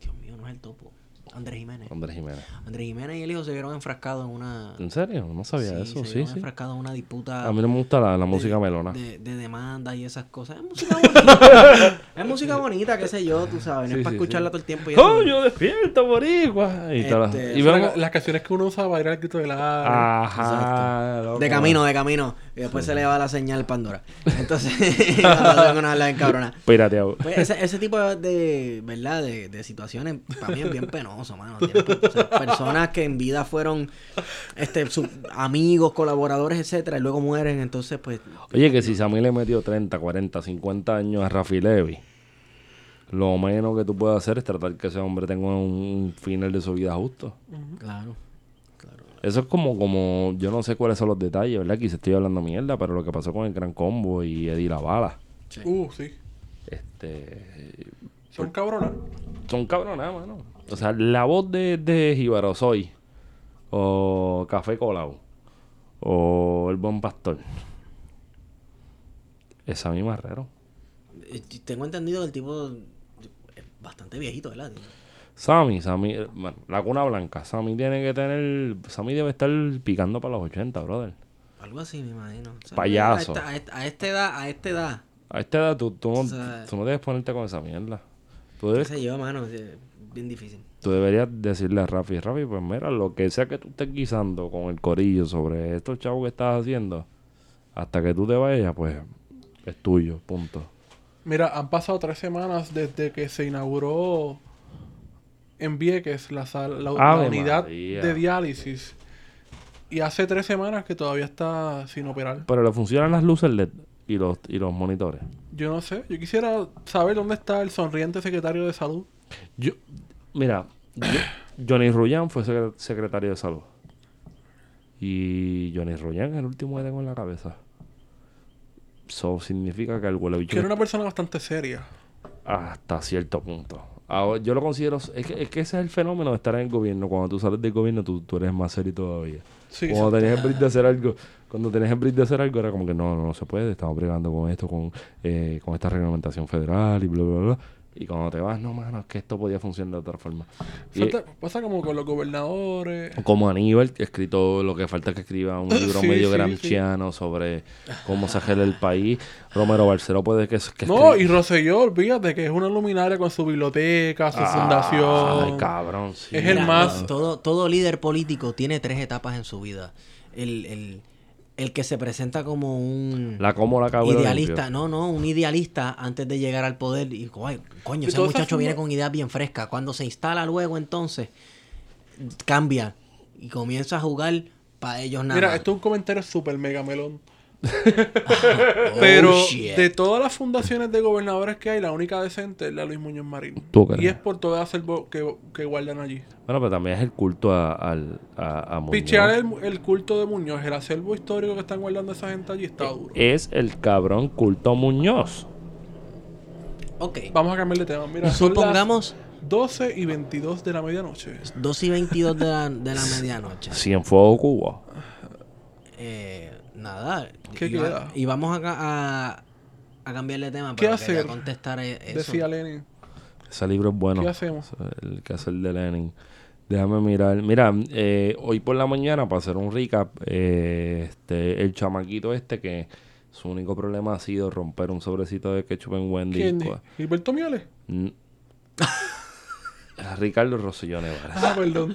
S2: Dios mío, no es el topo. Andrés Jiménez.
S1: Andrés Jiménez.
S2: Andrés Jiménez y el hijo se vieron enfrascados en una.
S1: ¿En serio? No sabía eso.
S2: se
S1: Sí,
S2: vieron
S1: sí.
S2: enfrascados en una disputa.
S1: A mí no me gusta la, la
S2: de-
S1: música melona.
S2: De, de demanda y esas cosas. Es música bonita. es música bonita, qué sé yo, tú sabes. No
S1: Sí,
S2: es para
S1: sí,
S2: escucharla
S1: sí.
S2: todo el tiempo. y eso.
S1: ¡Coño, despierto, boricua! Y, todas las-
S2: Este,
S1: y
S3: Son
S1: vemos-
S3: las, las canciones que uno usa para ir al grito de la...
S2: Ah.
S1: Ajá. loco.
S2: De camino, de camino. Y después se le va la señal Pandora. Entonces, cuando tengo una habla en cabrona.
S1: Pirateado.
S2: Pues ese, ese tipo de, ¿verdad? De, de situaciones también bien penoso, mano. Tienes pe- o sea, personas que en vida fueron este sus amigos, colaboradores, etcétera, y luego mueren, entonces pues
S1: Oye, que si Sammy le metió 30, 40, 50 años a Rafi Levy, lo menos que tú puedes hacer es tratar que ese hombre tenga un final de su vida justo.
S2: claro.
S1: Eso es como, como, yo no sé cuáles son los detalles, ¿verdad? Quizás estoy hablando mierda, pero lo que pasó con el Gran Combo y Eddie La Bala.
S3: Uh, sí.
S1: Este,
S3: Son cabronas.
S1: son cabronadas, mano. O sea, la voz de, de Jíbaro Soy, o Café Colau, o El Buen Pastor, es Sammy Marrero.
S2: Eh, Tengo entendido que el tipo es bastante viejito, ¿verdad?
S1: Sammy, Sammy, eh, bueno, la cuna blanca. Sammy tiene que tener. Sammy debe estar picando para los 80, brother.
S2: Algo así, me imagino. O sea, pues,
S1: Payaso.
S2: A esta, a esta- a esta edad, a esta edad,
S1: A esta edad tú, tú,
S2: O
S1: no,
S2: sea-
S1: tú no debes ponerte con esa mierda. Tú,
S2: qué
S1: debes-
S2: sé yo, mano, es bien difícil.
S1: tú deberías decirle a Rafi, Rafi, pues mira, lo que sea que tú estés guisando con el corillo sobre estos chavos que estás haciendo, hasta que tú te vayas, pues es tuyo, punto.
S3: Mira, han pasado tres semanas desde que se inauguró en Vieques la, sala- la- la
S1: Ave
S3: unidad
S1: María.
S3: de diálisis. Y hace tres semanas que todavía está sin operar.
S1: Pero le funcionan las luces LED y los, y los monitores.
S3: Yo no sé, yo quisiera saber dónde está el sonriente secretario de salud.
S1: Yo, mira, yo- Johnny Rullán fue secre- secretario de salud. Y Johnny Rullán es el último que tengo en la cabeza. Eso significa que el huele bicho
S3: Que era una persona bastante seria.
S1: hasta cierto punto. Ahora, yo lo considero. Es que, es que ese es el fenómeno de estar en el gobierno. Cuando tú sales del gobierno, tú, tú eres más serio todavía.
S3: Sí,
S1: cuando tenías el break de hacer algo, cuando tenías el break de hacer algo, era como que no, no, no se puede. Estamos bregando con esto, con, eh, con esta reglamentación federal y bla, bla, bla. Y cuando te vas, no, mano, es que esto podía funcionar de otra forma. Y-
S3: Falta- pasa como con los gobernadores.
S1: como Aníbal, que ha escrito lo que falta es que escriba un libro
S3: Sí,
S1: medio
S3: sí,
S1: gramsciano sobre cómo se gela el país. Romero Barceló puede que, que
S3: No, y
S1: escriba-
S3: Rosselló, olvídate que es una luminaria con su biblioteca, su
S1: Ah, Ay,
S3: fundación.
S1: cabrón. sí.
S3: Es el
S1: Mira,
S3: más-
S1: no.
S2: Todo, todo líder político tiene tres etapas en su vida. El, el- el que se presenta como un
S1: La como la cabrón.
S2: idealista, no, no, un idealista antes de llegar al poder. Y "Guay, coño,
S3: Y
S2: ese
S3: todas esas
S2: muchacho viene
S3: formas-
S2: con ideas bien frescas. Cuando se instala luego, entonces, cambia y comienza a jugar para ellos nada.
S3: Mira,
S2: más.
S3: esto es un comentario súper mega melón.
S2: Oh,
S3: Pero
S2: shit.
S3: de todas las fundaciones de gobernadores que hay, la única decente es la Luis Muñoz Marín.
S1: ¿Tú crees?
S3: Y es por todo el acervo que, que guardan allí.
S1: Bueno, pero también es el culto a, al- a, a Muñoz.
S3: Pichear el, el culto de Muñoz, el acervo histórico que están guardando esa gente allí está duro.
S1: Es el cabrón culto a Muñoz.
S2: Ok.
S3: Vamos a cambiar de tema. Mira, son las
S2: Supongamos
S3: 12 y 22 de la medianoche.
S2: 2 y 22 de la, de la medianoche.
S1: Cienfuegos Cuba.
S2: Eh, nada.
S3: ¿Qué
S2: y,
S3: queda?
S2: y vamos a, ca- a, a cambiarle de tema.
S3: ¿Qué
S2: pero quería
S3: hacer?
S2: contestar e- eso.
S3: Decía Lenin.
S1: Ese libro es bueno.
S3: ¿Qué hacemos?
S1: El que hace el de Lenin. Déjame mirar. Mira, eh, hoy por la mañana, para hacer un recap, eh, este, el chamaquito este que su único problema ha sido romper un sobrecito de ketchup en Wendy.
S3: ¿Quién? ¿Gilberto Miales?
S1: N- Ricardo Rosselló Nevares.
S3: Ah, perdón.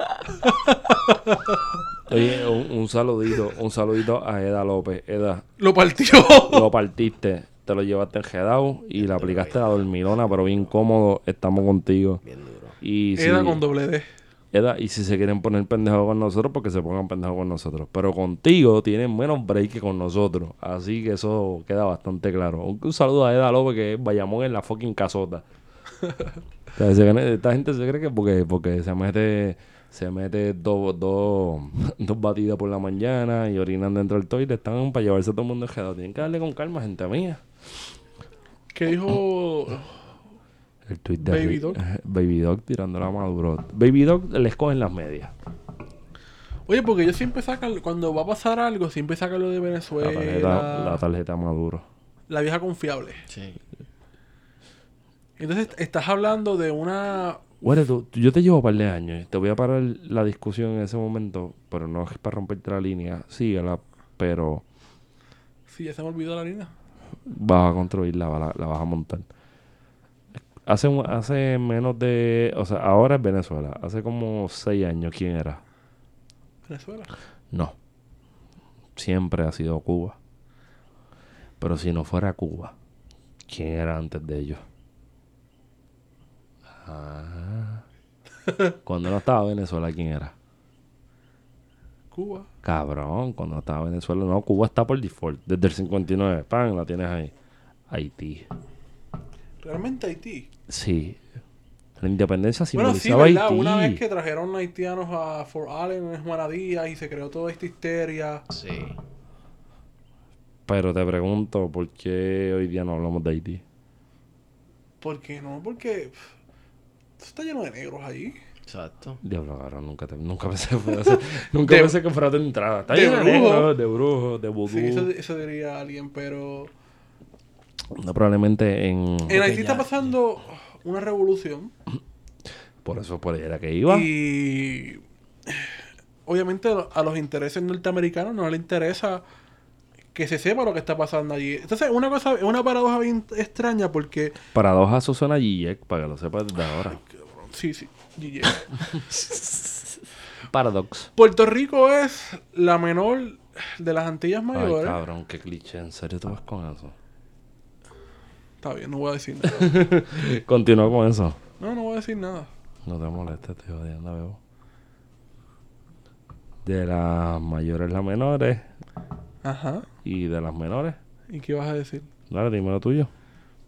S1: Oye, un, un saludito, un saludito a Eda López. Eda,
S3: Lo partió.
S1: lo partiste, te lo llevaste en Gedao y le aplicaste la dormilona, pero bien cómodo, estamos contigo. Bien duro. Y si-
S3: Era con doble D.
S1: Edad, y si se quieren poner pendejos con nosotros, porque se pongan pendejos con nosotros. Pero contigo tienen menos break que con nosotros. Así que eso queda bastante claro. Un, un saludo a Eda López, que es Bayamón en la fucking casota. O sea, se cree- esta gente se cree que porque, porque se mete se mete dos dos- dos batidas por la mañana y orinan dentro del toilet. Están para llevarse a todo el mundo en Gedao. Tienen que darle con calma, gente mía.
S3: Que dijo
S1: El tweet de
S3: Baby
S1: Ri-
S3: Doc.
S1: Baby Dog tirando la maduro. Baby Dog les cogen las medias.
S3: Oye, porque yo siempre sacan, cuando va a pasar algo, siempre sacan lo de
S1: La
S3: Venezuela.
S1: tarjeta, la tarjeta maduro.
S3: la vieja confiable.
S2: Sí.
S3: Entonces estás hablando de una
S1: Bueno, tú- tú- yo te llevo un par de años. Te voy a parar la discusión en ese momento, pero no es para romperte la línea. Sígala, pero
S3: Sí, ya se me olvidó la línea.
S1: vas a construirla, va- la, la vas a montar. Hace, un- hace menos de... O sea, ahora es Venezuela. Hace como seis años, ¿quién era?
S3: Venezuela.
S1: No. Siempre ha sido Cuba. Pero si no fuera Cuba, ¿quién era antes de ellos? Ah. Cuando no estaba Venezuela, ¿quién era?
S3: Cuba.
S1: Cabrón, cuando estaba Venezuela, no, Cuba está por default. Desde el 59, pan, la tienes ahí. Haití.
S3: Realmente Haití.
S1: Sí. La independencia
S3: Bueno, sí,
S1: simbolizaba
S3: ¿verdad?
S1: Haití.
S3: Una vez que trajeron haitianos a Fort Allen, en Juana Díaz, y se creó toda esta histeria.
S1: Pero te pregunto, ¿por qué hoy día no hablamos de Haití?
S3: ¿Por qué no? Porque pff, eso está lleno de negros allí.
S2: Exacto.
S1: Diablo, cabrón, nunca, te- nunca pensé que fuera a ser- nunca
S3: De-
S1: pensé que fuera a tu entrada. Está
S3: de
S1: lleno de
S3: brujo.
S1: negros, de brujos, de vudú.
S3: Sí, eso, eso diría alguien, pero...
S1: No, probablemente en...
S3: En Haití
S2: ya,
S3: está pasando una revolución.
S1: Por eso, por ahí era que iba.
S3: Y obviamente a los intereses norteamericanos no les interesa que se sepa lo que está pasando allí. Entonces, una cosa, es una paradoja bien extraña porque
S1: Paradoja Susana Gillek, para que lo sepas desde ahora.
S3: sí, sí, Guille.
S1: Paradox.
S3: Puerto Rico es la menor de las Antillas
S1: Ay,
S3: mayores.
S1: cabrón, qué cliché. ¿En serio tú vas con eso?
S3: está bien, no voy a decir nada.
S1: Continúa con eso.
S3: No, no voy a decir nada.
S1: No te molestes, estoy odiando, bebo. De las mayores las menores
S3: Ajá.
S1: y de las menores.
S3: ¿Y qué vas a decir?
S1: Dale, dime lo tuyo.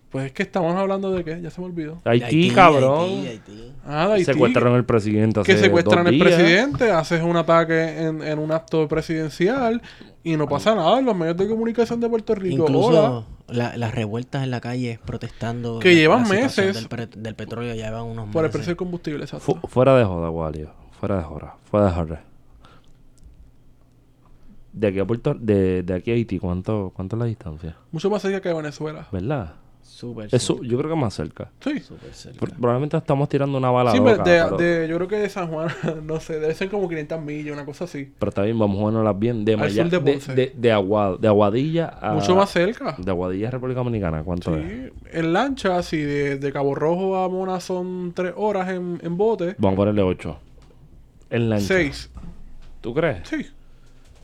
S3: Pues es que estamos hablando de qué, ya se me olvidó.
S1: Haití, cabrón.
S2: Haití, Haití.
S3: Ah, de Haití.
S1: Secuestraron al presidente hace
S3: que secuestran
S1: dos
S3: al
S1: días.
S3: presidente, haces un ataque en, en un acto presidencial y no pasa nada en los medios de comunicación de Puerto Rico. hola.
S2: Incluso la- las revueltas en la calle protestando.
S3: Que
S2: la-
S3: llevan
S2: la situación Del,
S3: meses.
S2: pre- del petróleo llevan unos
S3: por el precio
S2: meses.
S3: del combustible, exacto.
S1: Fu- fuera de joda, Wario. Fuera de joda. Fuera de joda. De aquí a Puerto... De, de aquí a Haití, ¿cuánto, ¿cuánto es la distancia?
S3: Mucho más cerca que Venezuela.
S1: ¿Verdad?
S2: Súper
S1: Eso, yo creo que más cerca.
S3: Sí.
S2: Súper cerca.
S1: Por- Probablemente estamos tirando una bala
S3: Sí,
S1: loca,
S3: pero
S1: pero,
S3: de, de- yo creo que de San Juan, no sé, debe ser como 500 millas, una cosa así.
S1: pero está bien, vamos a jugárnoslas bien. De,
S3: Al
S1: Maya-
S3: sur de
S1: de,
S3: Ponce.
S1: de- de Aguad- de Aguadilla a...
S3: Mucho más cerca.
S1: Ah, De Aguadilla a República Dominicana, ¿cuánto es?
S3: Sí. En lancha, si de, de Cabo Rojo a Mona son 3 horas en, en bote,
S1: Vamos a ponerle 8. En lancha.
S3: 6.
S1: ¿Tú crees?
S3: Sí,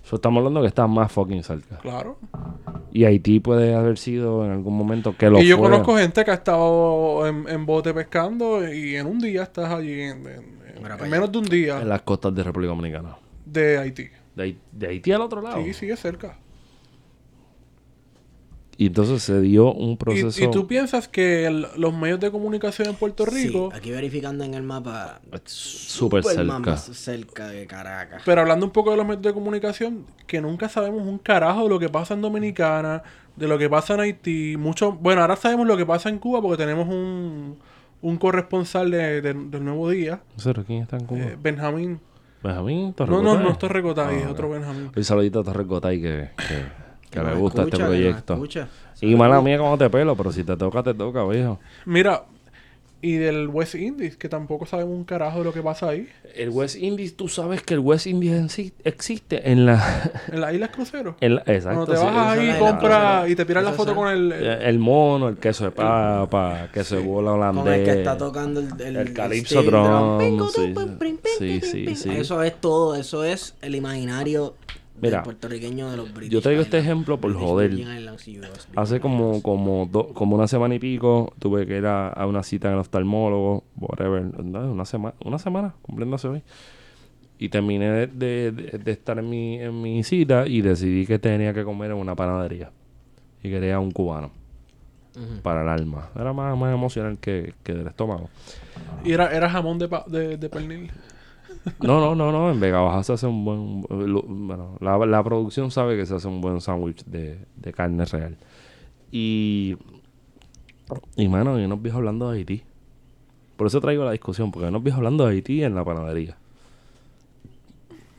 S1: Eso estamos hablando que está más fucking cerca.
S3: claro.
S1: Y Haití puede haber sido en algún momento que lo
S3: y yo
S1: fue.
S3: conozco gente que ha estado en, en bote pescando y en un día estás allí, en, en- en-
S2: Mira
S3: en
S2: pa' allá.
S3: menos de un día
S1: en las costas de República Dominicana.
S3: de Haití.
S1: De, Hai- de Haití al
S2: Ah,
S1: otro lado.
S3: Sí, sí, es cerca.
S1: Y entonces se dio un
S3: Y-
S1: proceso.
S3: Y, tú piensas que el- los medios de comunicación en Puerto
S2: Sí,
S3: Rico,
S2: aquí verificando en el mapa.
S1: súper
S2: súper
S1: cerca.
S2: más cerca de Caracas.
S3: pero hablando un poco de los medios de comunicación, que nunca sabemos un carajo de lo que pasa en Dominicana, de lo que pasa en Haití. Mucho, bueno, ahora sabemos lo que pasa en Cuba porque tenemos un, un corresponsal de- de- del Nuevo Día,
S1: Cero, ¿Quién está en Cuba?
S3: eh, Benjamín.
S1: Benjamín
S3: No,
S1: Torrecotay.
S3: no, no es Torrecotay, es
S1: Uh. Ah,
S3: otro
S1: ok.
S3: Benjamín.
S1: Un saludito a Torrecotay que, que, que le
S2: nos
S1: gusta
S2: escucha, que
S1: este
S2: nos
S1: proyecto.
S2: escucha.
S1: Y mala mía como te pelo, pero si te toca, te toca, viejo.
S3: Mira, y del West Indies, que tampoco sabemos un carajo de lo que pasa ahí.
S1: El West Indies, tú sabes que el West Indies en sí existe en la...
S3: En las Islas Crucero.
S1: en la- exacto.
S3: Cuando te
S1: sí,
S3: bajas
S1: eso
S3: ahí
S1: es
S3: y
S1: la-
S3: compras y te tiras la foto con el...
S1: Eh, El mono, el queso de papa, queso de bola holandés.
S2: Con el que está tocando el, el,
S1: El
S2: el
S1: Calypso
S2: steel drum. Ping,
S1: Drum.
S2: ping, ping, ping,
S1: Sí, sí,
S2: ping,
S1: sí.
S2: ping.
S1: sí.
S2: Eso es todo, eso es el imaginario del
S1: Mira,
S2: puertorriqueño de los británicos.
S1: Yo traigo este ejemplo por joder. Hace como, como, do- como una semana y pico tuve que ir a, a una cita en el oftalmólogo, whatever, no, una semana, una semana, cumpliéndose hoy. Y terminé de, de- de- de estar en mi, en mi cita y decidí que tenía que comer en una panadería. Y quería un cubano. Para el alma. Era más, más emocional que, que del estómago.
S3: Y era, era jamón de, pa- de, de pernil.
S1: No, no, no, no. En Vega Baja se hace un buen... lo- Bueno, la, la producción sabe que se hace un buen sándwich de, de carne real. Y... Y, mano, yo no viejos hablando de Haití. Por eso traigo la discusión, porque nos viejos hablando de Haití en la panadería.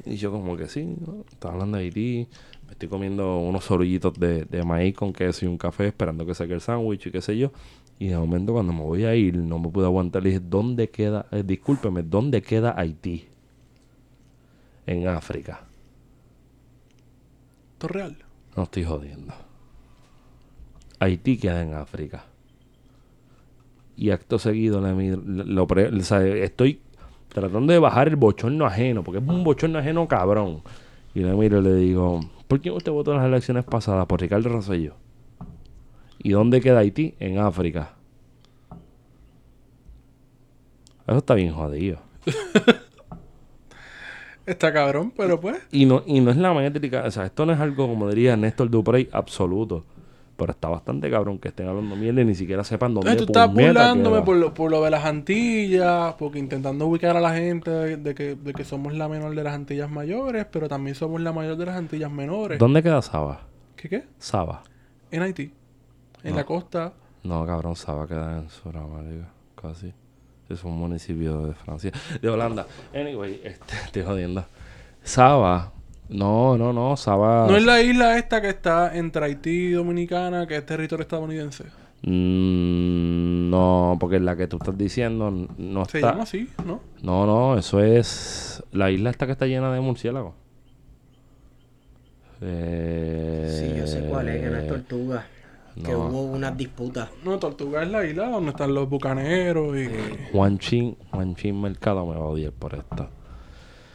S1: Y yo como que sí, ¿no? estaba hablando de Haití. Me estoy comiendo unos orillitos de, de maíz con queso y un café esperando que saque el sándwich y qué sé yo. Y de momento cuando me voy a ir no me pude aguantar. Le dije, ¿dónde queda? eh, discúlpeme, ¿dónde queda Haití? en África.
S3: Torreal.
S1: No estoy jodiendo. Haití queda en África. Y acto seguido le mi- lo pre- o sea, estoy tratando de bajar el bochorno ajeno, porque es un bochorno ajeno cabrón. Y le miro y le digo, ¿por qué usted votó en las elecciones pasadas por Ricardo Rosselló? ¿Y dónde queda Haití? En África. Eso está bien jodido.
S3: Está cabrón, pero pues...
S1: Y no, y no es la métrica, o sea, esto no es algo, como diría Néstor Duprey, absoluto. Pero está bastante cabrón que estén hablando mierda y ni siquiera sepan dónde
S3: Entonces tú estás
S1: puñeta
S3: burlándome
S1: queda.
S3: por lo, por lo de las Antillas, porque intentando ubicar a la gente de, de que, de que somos la menor de las Antillas mayores, pero también somos la mayor de las Antillas menores.
S1: ¿Dónde queda Saba?
S3: ¿Qué qué?
S1: Saba.
S3: En Haití. En la costa.
S1: No, cabrón, Saba queda en Sudamérica, casi. Es un municipio de Francia, de Holanda. Anyway, este, estoy jodiendo. Saba. No, no, no, Saba.
S3: No es la isla esta que está entre Haití y Dominicana, que es territorio estadounidense.
S1: Mm, no, porque la que tú estás diciendo no
S3: Se
S1: está.
S3: llama así, ¿no?
S1: No, no, eso es. La isla esta que está llena de murciélagos. Eh,
S2: Sí, yo sé cuál es, que no es tortuga. Que
S1: no.
S2: hubo unas disputas.
S3: No, Tortuga es la isla donde están los bucaneros y...
S1: Juan Chin, Juan Chin Mercado me va a odiar por esto.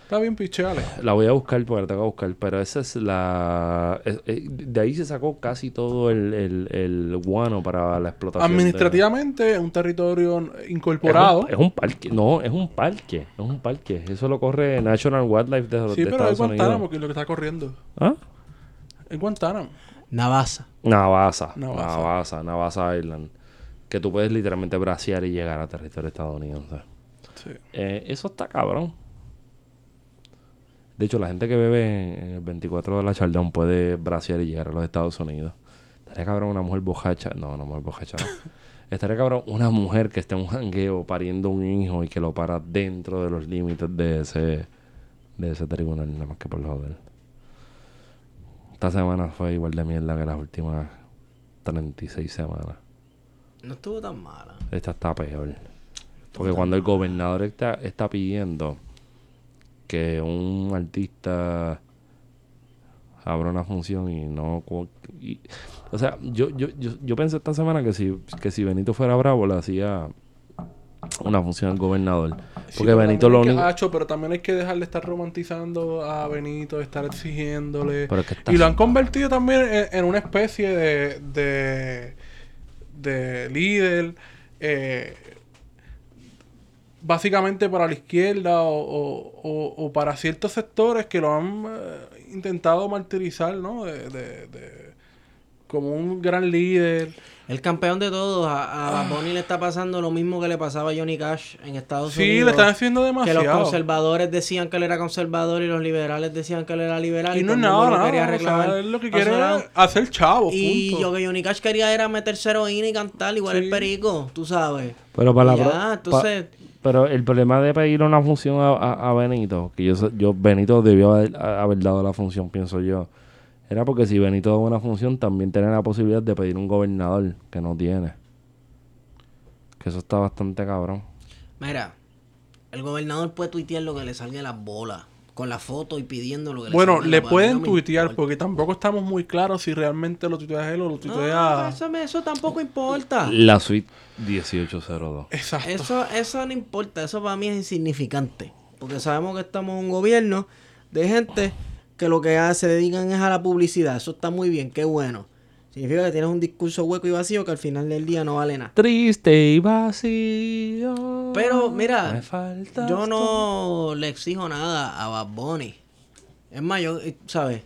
S3: Está bien pichales.
S1: La voy a buscar porque la tengo que buscar, pero esa es la. es- eh, de ahí se sacó casi todo el, el, el guano para la explotación. de-
S3: Administrativamente, un territorio
S1: Es un-
S3: incorporado.
S1: Es un, parque, no, es un parque, es un parque. Eso lo corre National Wildlife de,
S3: sí,
S1: de
S3: pero es
S1: Estados
S3: Guantánamo
S1: Unidos.
S3: que es lo que está corriendo.
S1: ¿Ah?
S3: Es Guantánamo.
S2: Navaza.
S1: Navasa,
S3: Navasa.
S1: Navasa, Navasa Island. Que tú puedes literalmente bracear y llegar a territorio estadounidense.
S3: Sí.
S1: Eh, eso está cabrón. De hecho, la gente que bebe en el 24 de la Chaldón puede bracear y llegar a los Estados Unidos. Estaría cabrón una mujer bojacha. No, no mujer bojacha. no. Estaría cabrón una mujer que esté en un jangueo pariendo un hijo y que lo para dentro de los límites de ese, de ese tribunal, nada más que por joder. Esta semana fue igual de mierda que las últimas 36 semanas.
S2: No estuvo tan mala.
S1: Esta está peor. Porque cuando el gobernador está, está pidiendo que un artista abra una función y no... cu- y- o sea, yo, yo, yo, yo pensé esta semana que si, que si Benito fuera bravo le hacía una función al gobernador. Porque
S3: Sí, pero
S1: Benito
S3: también
S1: lo
S3: hay que- ah,
S1: único...
S3: Acho, pero también hay que dejar de estar romantizando a Benito, de estar exigiéndole.
S1: Pero es que está-
S3: Y lo han convertido también en, en una especie de, de, de líder, eh, básicamente para la izquierda o, o- o- o para ciertos sectores que lo han eh, intentado martirizar, ¿no? De- de- de- como un gran líder.
S2: El campeón de todos, a, a Bad Bunny le está pasando lo mismo que le pasaba a Johnny Cash en Estados
S3: Sí,
S2: Unidos.
S3: le están haciendo
S2: Que
S3: demasiado.
S2: los conservadores decían que él era conservador y los liberales decían que él era liberal.
S3: y no es
S2: todo el mundo
S3: nada,
S2: lo
S3: nada.
S2: quería
S3: o sea,
S2: reclamar.
S3: él lo que
S2: O sea,
S3: quiere
S2: era-
S3: es hacer chavo,
S2: Y
S3: punto.
S2: yo que Johnny Cash quería era meterse heroína y cantar igual
S3: Sí.
S2: el perico, tú sabes.
S1: Pero para la
S2: Ya,
S1: pro- pa-
S2: entonces-
S1: pero el problema de pedir una función a, a- a Benito, que yo, so- yo Benito debió haber, a- haber dado la función, pienso yo, era porque si Benito daba una función, también tenía la posibilidad de pedir un gobernador que no tiene. Que eso está bastante cabrón.
S2: Mira, el gobernador puede tuitear lo que le salga de las bolas, con la foto y pidiendo lo que le
S3: Bueno,
S2: salga de
S3: le
S2: las bolas, a mí
S3: pueden
S2: no me
S3: tuitear
S2: importa.
S3: porque tampoco estamos muy claros si realmente lo tuitea él o lo
S2: No,
S3: tuitea.
S2: eso, me- eso tampoco importa.
S1: La suite 1802.
S3: Exacto.
S2: Eso, eso no importa, eso para mí es insignificante. Porque sabemos que estamos en un gobierno de gente que lo que hace, se dedican es a la publicidad. Eso está muy bien, qué bueno. Significa que tienes un discurso hueco y vacío que al final del día no vale nada.
S1: Triste y vacío.
S2: Pero, mira,
S1: me faltas
S2: Yo
S1: tú.
S2: no le exijo nada a Bad Bunny. Es más, yo, eh, ¿sabes?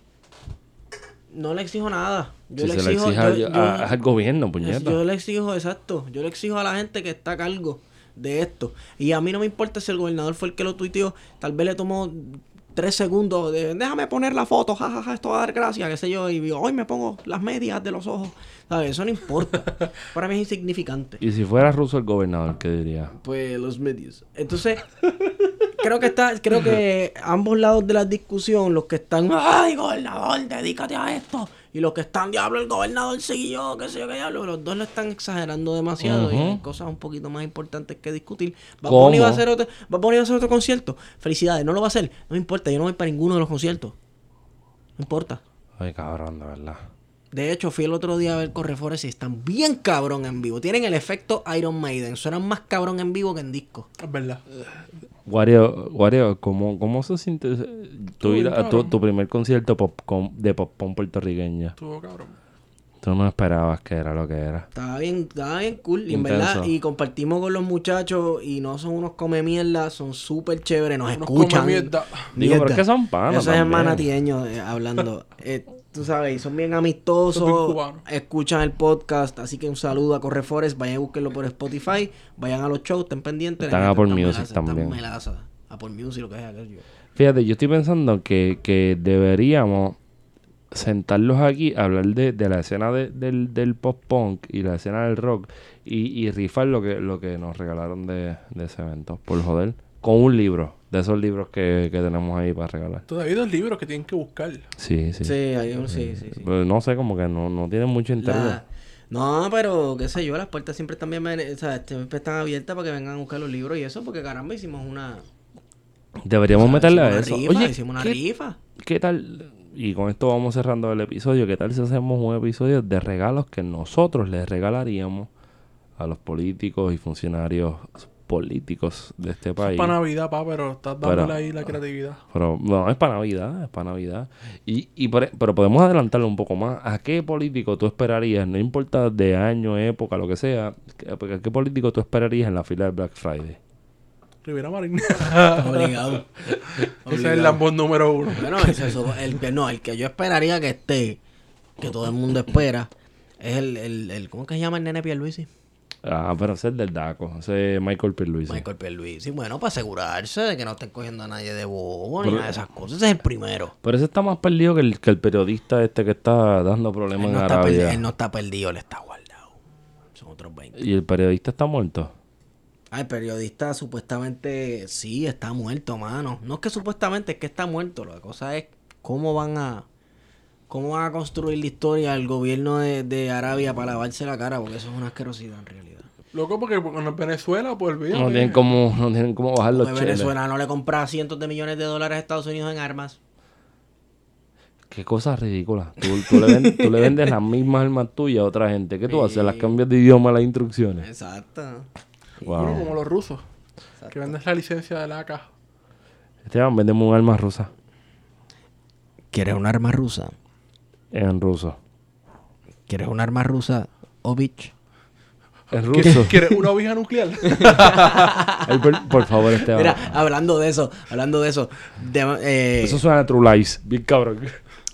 S2: No le exijo nada. Yo
S1: Si
S2: le
S1: se
S2: exijo.
S1: exige al-
S2: yo- yo-
S1: a- al gobierno,
S2: Es-
S1: puñeta.
S2: Yo le exijo, exacto. Yo le exijo a la gente que está a cargo de esto. Y a mí no me importa si el gobernador fue el que lo tuiteó. Tal vez le tomó tres segundos de déjame poner la foto, jajaja, esto va a dar gracia, qué sé yo. Y hoy me pongo las medias de los ojos. ¿Sabes? Eso no importa. Para mí es insignificante.
S1: Y si fuera ruso el gobernador, ¿qué diría?
S2: Pues los medios. Entonces, creo que está, creo que ambos lados de la discusión, los que están, ay, gobernador, dedícate a esto. Y los que están, diablo, el gobernador siguió, qué sé yo, qué diablo. Los dos lo están exagerando demasiado y
S1: Ujú.
S2: hay cosas un poquito más importantes que discutir. Bad
S1: ¿Cómo?
S2: Bunny va a hacer otro, Bad Bunny va a hacer otro concierto. Felicidades, no lo va a hacer. No me importa, yo no voy para ninguno de los conciertos. No importa.
S1: Ay, cabrón, de verdad.
S2: De hecho, fui el otro día a ver Correfores y están bien cabrón en vivo. Tienen el efecto Iron Maiden. Suenan más cabrón en vivo que en disco.
S3: Es verdad.
S1: Wario, Wario ¿cómo, ¿cómo se siente eh, tu,
S3: Estuvo
S1: ir
S3: bien
S1: a tu,
S3: cabrón.
S1: tu primer concierto pop con- de popón puertorriqueña?
S3: Estuvo cabrón.
S1: Tú no esperabas que era lo que era.
S2: Estaba bien, estaba bien cool, y en
S1: Intenso.
S2: verdad, y compartimos con los muchachos y no son unos come mierda, son súper chéveres, nos
S3: Unos
S2: escuchan.
S3: come mierda.
S1: Digo, pero es que son panas
S2: Esos
S1: también.
S2: hermanatieños eh, hablando. Eh, tú sabes, y son bien amistosos,
S3: Son bien cubanos.
S2: escuchan el podcast, así que un saludo a Correfores, vayan a buscarlo por Spotify, vayan a los shows, estén pendientes.
S1: Están
S2: la
S1: a
S2: gente
S1: Apple
S2: está
S1: Music
S2: melaza, está
S1: también.
S2: melaza. Apple Music, lo que sea, aquello.
S1: Fíjate, yo estoy pensando que, que deberíamos sentarlos aquí, hablar de, de la escena de- del, del pop-punk y la escena del rock y, y rifar lo que, lo que nos regalaron de, de ese evento, por joder, con un libro, de esos libros que, que tenemos ahí para regalar.
S3: Todavía hay dos libros que tienen que buscar.
S1: Sí, sí.
S2: Sí, hay un- sí, sí, sí.
S1: Pero no sé, como que no, no tiene mucho interés.
S2: La- No, pero qué sé yo, las puertas siempre están bien, mere- o sea, siempre están abiertas para que vengan a buscar los libros y eso, porque caramba, hicimos una,
S1: Deberíamos meterle a eso.
S2: hicimos una rifa,
S1: Oye,
S2: hicimos una
S1: ¿qué,
S2: rifa.
S1: qué tal? Y con esto vamos cerrando el episodio. ¿Qué tal si hacemos un episodio de regalos que nosotros les regalaríamos a los políticos y funcionarios políticos de este país?
S3: Para Navidad, pa, pero estás
S1: Para-
S3: dándole ahí la creatividad.
S1: Pero no, es para Navidad, es para Navidad. Y, y por- e, pero podemos adelantarlo un poco más. ¿A qué político tú esperarías, no importa de año, época, lo que sea, ¿a qué político tú esperarías en la fila de Black Friday?
S3: Rivera Marín.
S2: Obligado.
S3: Ese es el lambón número uno.
S2: Bueno, ese es- el, que- no, el que yo esperaría que esté, que todo el mundo espera, es el, el, el ¿cómo que se llama el nene Pierluisi?
S1: Ah, pero ese es del Daco, ese es Michael Pierluisi.
S2: Michael Pierluisi. Bueno, para asegurarse de que no estén cogiendo a nadie de bobo ni
S1: Pero-
S2: nada de esas cosas, ese es el primero.
S1: Pero ese está más perdido que el, que el periodista este que está dando problemas
S2: Él
S1: en
S2: no, está perdido,
S1: Arabia.
S2: él no está perdido, él está guardado. Son otros 20.
S1: Y el periodista está muerto.
S2: Ah, el periodista supuestamente sí está muerto, mano. No es que supuestamente es que está muerto. La cosa es cómo van a. ¿Cómo van a construir la historia al gobierno de, de Arabia para lavarse la cara? Porque eso es una asquerosidad en realidad.
S3: Loco, porque con Venezuela, pues olvídate.
S1: No tienen cómo, no tienen cómo bajar los
S2: Porque
S1: cheles.
S2: Pues Venezuela no le compra cientos de millones de dólares a Estados Unidos en armas.
S1: Qué cosa ridícula. Tú, tú le ven- tú le vendes las mismas armas tuyas a otra gente. ¿Qué tú haces? Las cambias de idioma, las instrucciones.
S2: Exacto.
S3: Bueno,
S1: Wow.
S3: como los rusos. Que venden la licencia de la AK.
S1: Esteban, vendemos un arma rusa.
S2: ¿Quieres un arma rusa?
S1: En ruso.
S2: ¿Quieres un arma rusa, oh, Ovich?
S1: En
S3: ¿Quieres-
S1: ruso.
S3: ¿Quieres una ovija nuclear?
S1: Ay, por, por favor, Esteban.
S2: Mira, hablando de eso, hablando de eso. de- eh,
S1: Eso suena a True Lies. Bien cabrón.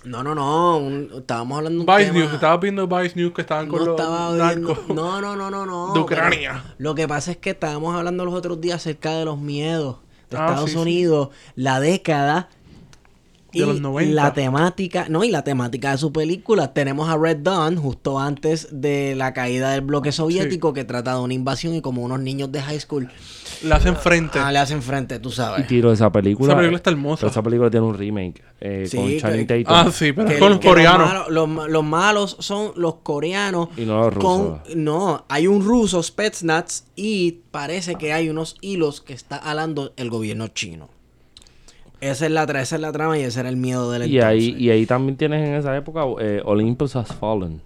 S2: No, no, no. un- estábamos hablando de un
S3: Vice
S2: tema-
S3: News. Estabas viendo Vice News que estaban con
S2: no
S3: los
S2: estaba
S3: narcos.
S2: oyendo- No, no, no, no, no.
S3: De Ucrania.
S2: Pero Lo que pasa es que estábamos hablando los otros días acerca de los miedos de
S3: Ah,
S2: Estados
S3: sí, sí.
S2: Unidos, la década
S3: De los 90.
S2: la temática, no, y la temática de su película. Tenemos a Red Dawn justo antes de la caída del bloque soviético que trata de una invasión y como unos niños de high school
S3: Le hacen frente.
S2: ah, le hacen frente, tú
S1: Y
S2: sabes.
S1: tiro de esa película.
S3: Esa película está hermosa.
S1: Pero esa película tiene un remake. eh,
S2: Sí,
S1: con
S2: que-
S1: Channing Tatum.
S3: Ah, sí, pero
S2: Que-
S3: es con los
S2: que
S3: coreanos.
S2: malos- los, ma- los malos son los coreanos.
S1: Y no los
S2: con-
S1: rusos.
S2: no, hay un ruso, Spetsnaz, y parece que hay unos hilos que está alando el gobierno chino. Esa es la, tra- esa es la trama y ese era el miedo del
S1: Y
S2: entonces.
S1: ahí, y ahí también tienes en esa época eh, Olympus Has Fallen.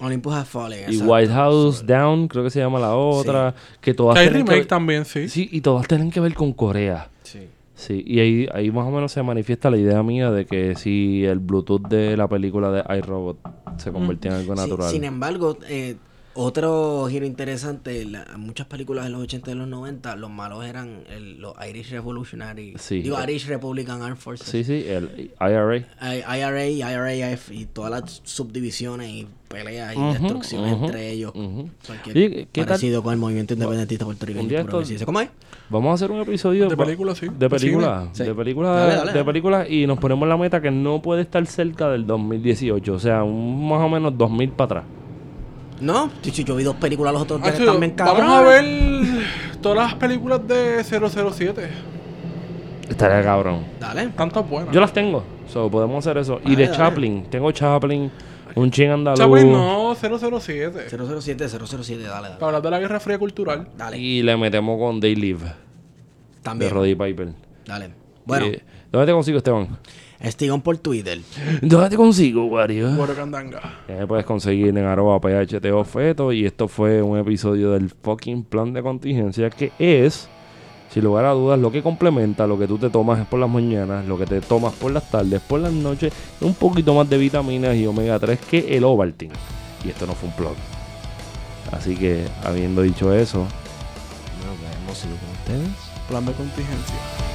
S2: Olympus Has Fallen,
S1: Y
S2: exacto.
S1: White House Down, creo que se llama la otra. Que todas
S3: Que hay
S1: tienen que
S3: remake
S1: ver-
S3: también, sí.
S1: Sí, y todas tienen que ver con Corea.
S2: Sí.
S1: Sí, y ahí, ahí más o menos se manifiesta la idea mía de que si el Bluetooth de la película de iRobot
S2: Mm,
S1: se convertía en algo
S2: Sin-
S1: natural.
S2: Sin embargo, eh, otro giro interesante, la- muchas películas de los 80 y los 90, los malos eran el- los Irish Revolutionary,
S1: Sí.
S2: digo Irish Republican Armed Forces.
S1: Sí, sí, el IRA.
S2: I- IRA y IRAF y todas las subdivisiones y peleas y destrucciones entre ellos. Cualquier
S1: Oye, ¿qué tal?
S2: parecido con el movimiento independentista puertorriqueño.
S1: un día
S2: puro que
S1: esto-
S2: se dice, ¿Cómo es?
S1: Vamos a hacer un episodio
S3: De
S1: va-
S3: película, sí.
S1: De película,
S2: Sí.
S1: de película,
S2: Dale, dale,
S1: de
S2: dale.
S1: película y nos ponemos la meta que no puede estar cerca del 2018, o sea, un- más o menos 2000 para atrás.
S2: No, chicho, yo vi dos películas los otros días que
S3: Hacho,
S2: están bien
S3: Ah, vamos
S2: cabrones.
S3: a ver todas las películas de 007.
S1: Estaría cabrón.
S2: Dale.
S3: Tantas buenas.
S1: Yo las tengo, so, podemos hacer eso. y
S2: Dale,
S1: de
S2: dale.
S1: Chaplin, tengo Chaplin, un ching andaluz.
S3: Chaplin no, 007.
S2: 007, 007, dale, dale.
S3: Para hablar de la guerra fría cultural.
S2: Dale,
S1: Y le metemos con They Live de
S2: también.
S1: Roddy Piper.
S2: Dale. Bueno,
S1: Eh, ¿Dónde te consigo, Esteban?
S2: Estigon por Twitter.
S1: ¿Dónde te consigo, Wario?
S3: Guaro Candanga.
S1: Ya me puedes conseguir en arroba phto feto y esto fue un episodio del fucking plan de contingencia que es, sin lugar a dudas, lo que complementa lo que tú te tomas es por las mañanas, lo que te tomas por las tardes, por las noches, un poquito más de vitaminas y omega 3 que el Ovaltine. Y esto no fue un blog. Así que, habiendo dicho eso,
S2: Nos vemos
S1: ustedes...
S3: Plan de contingencia.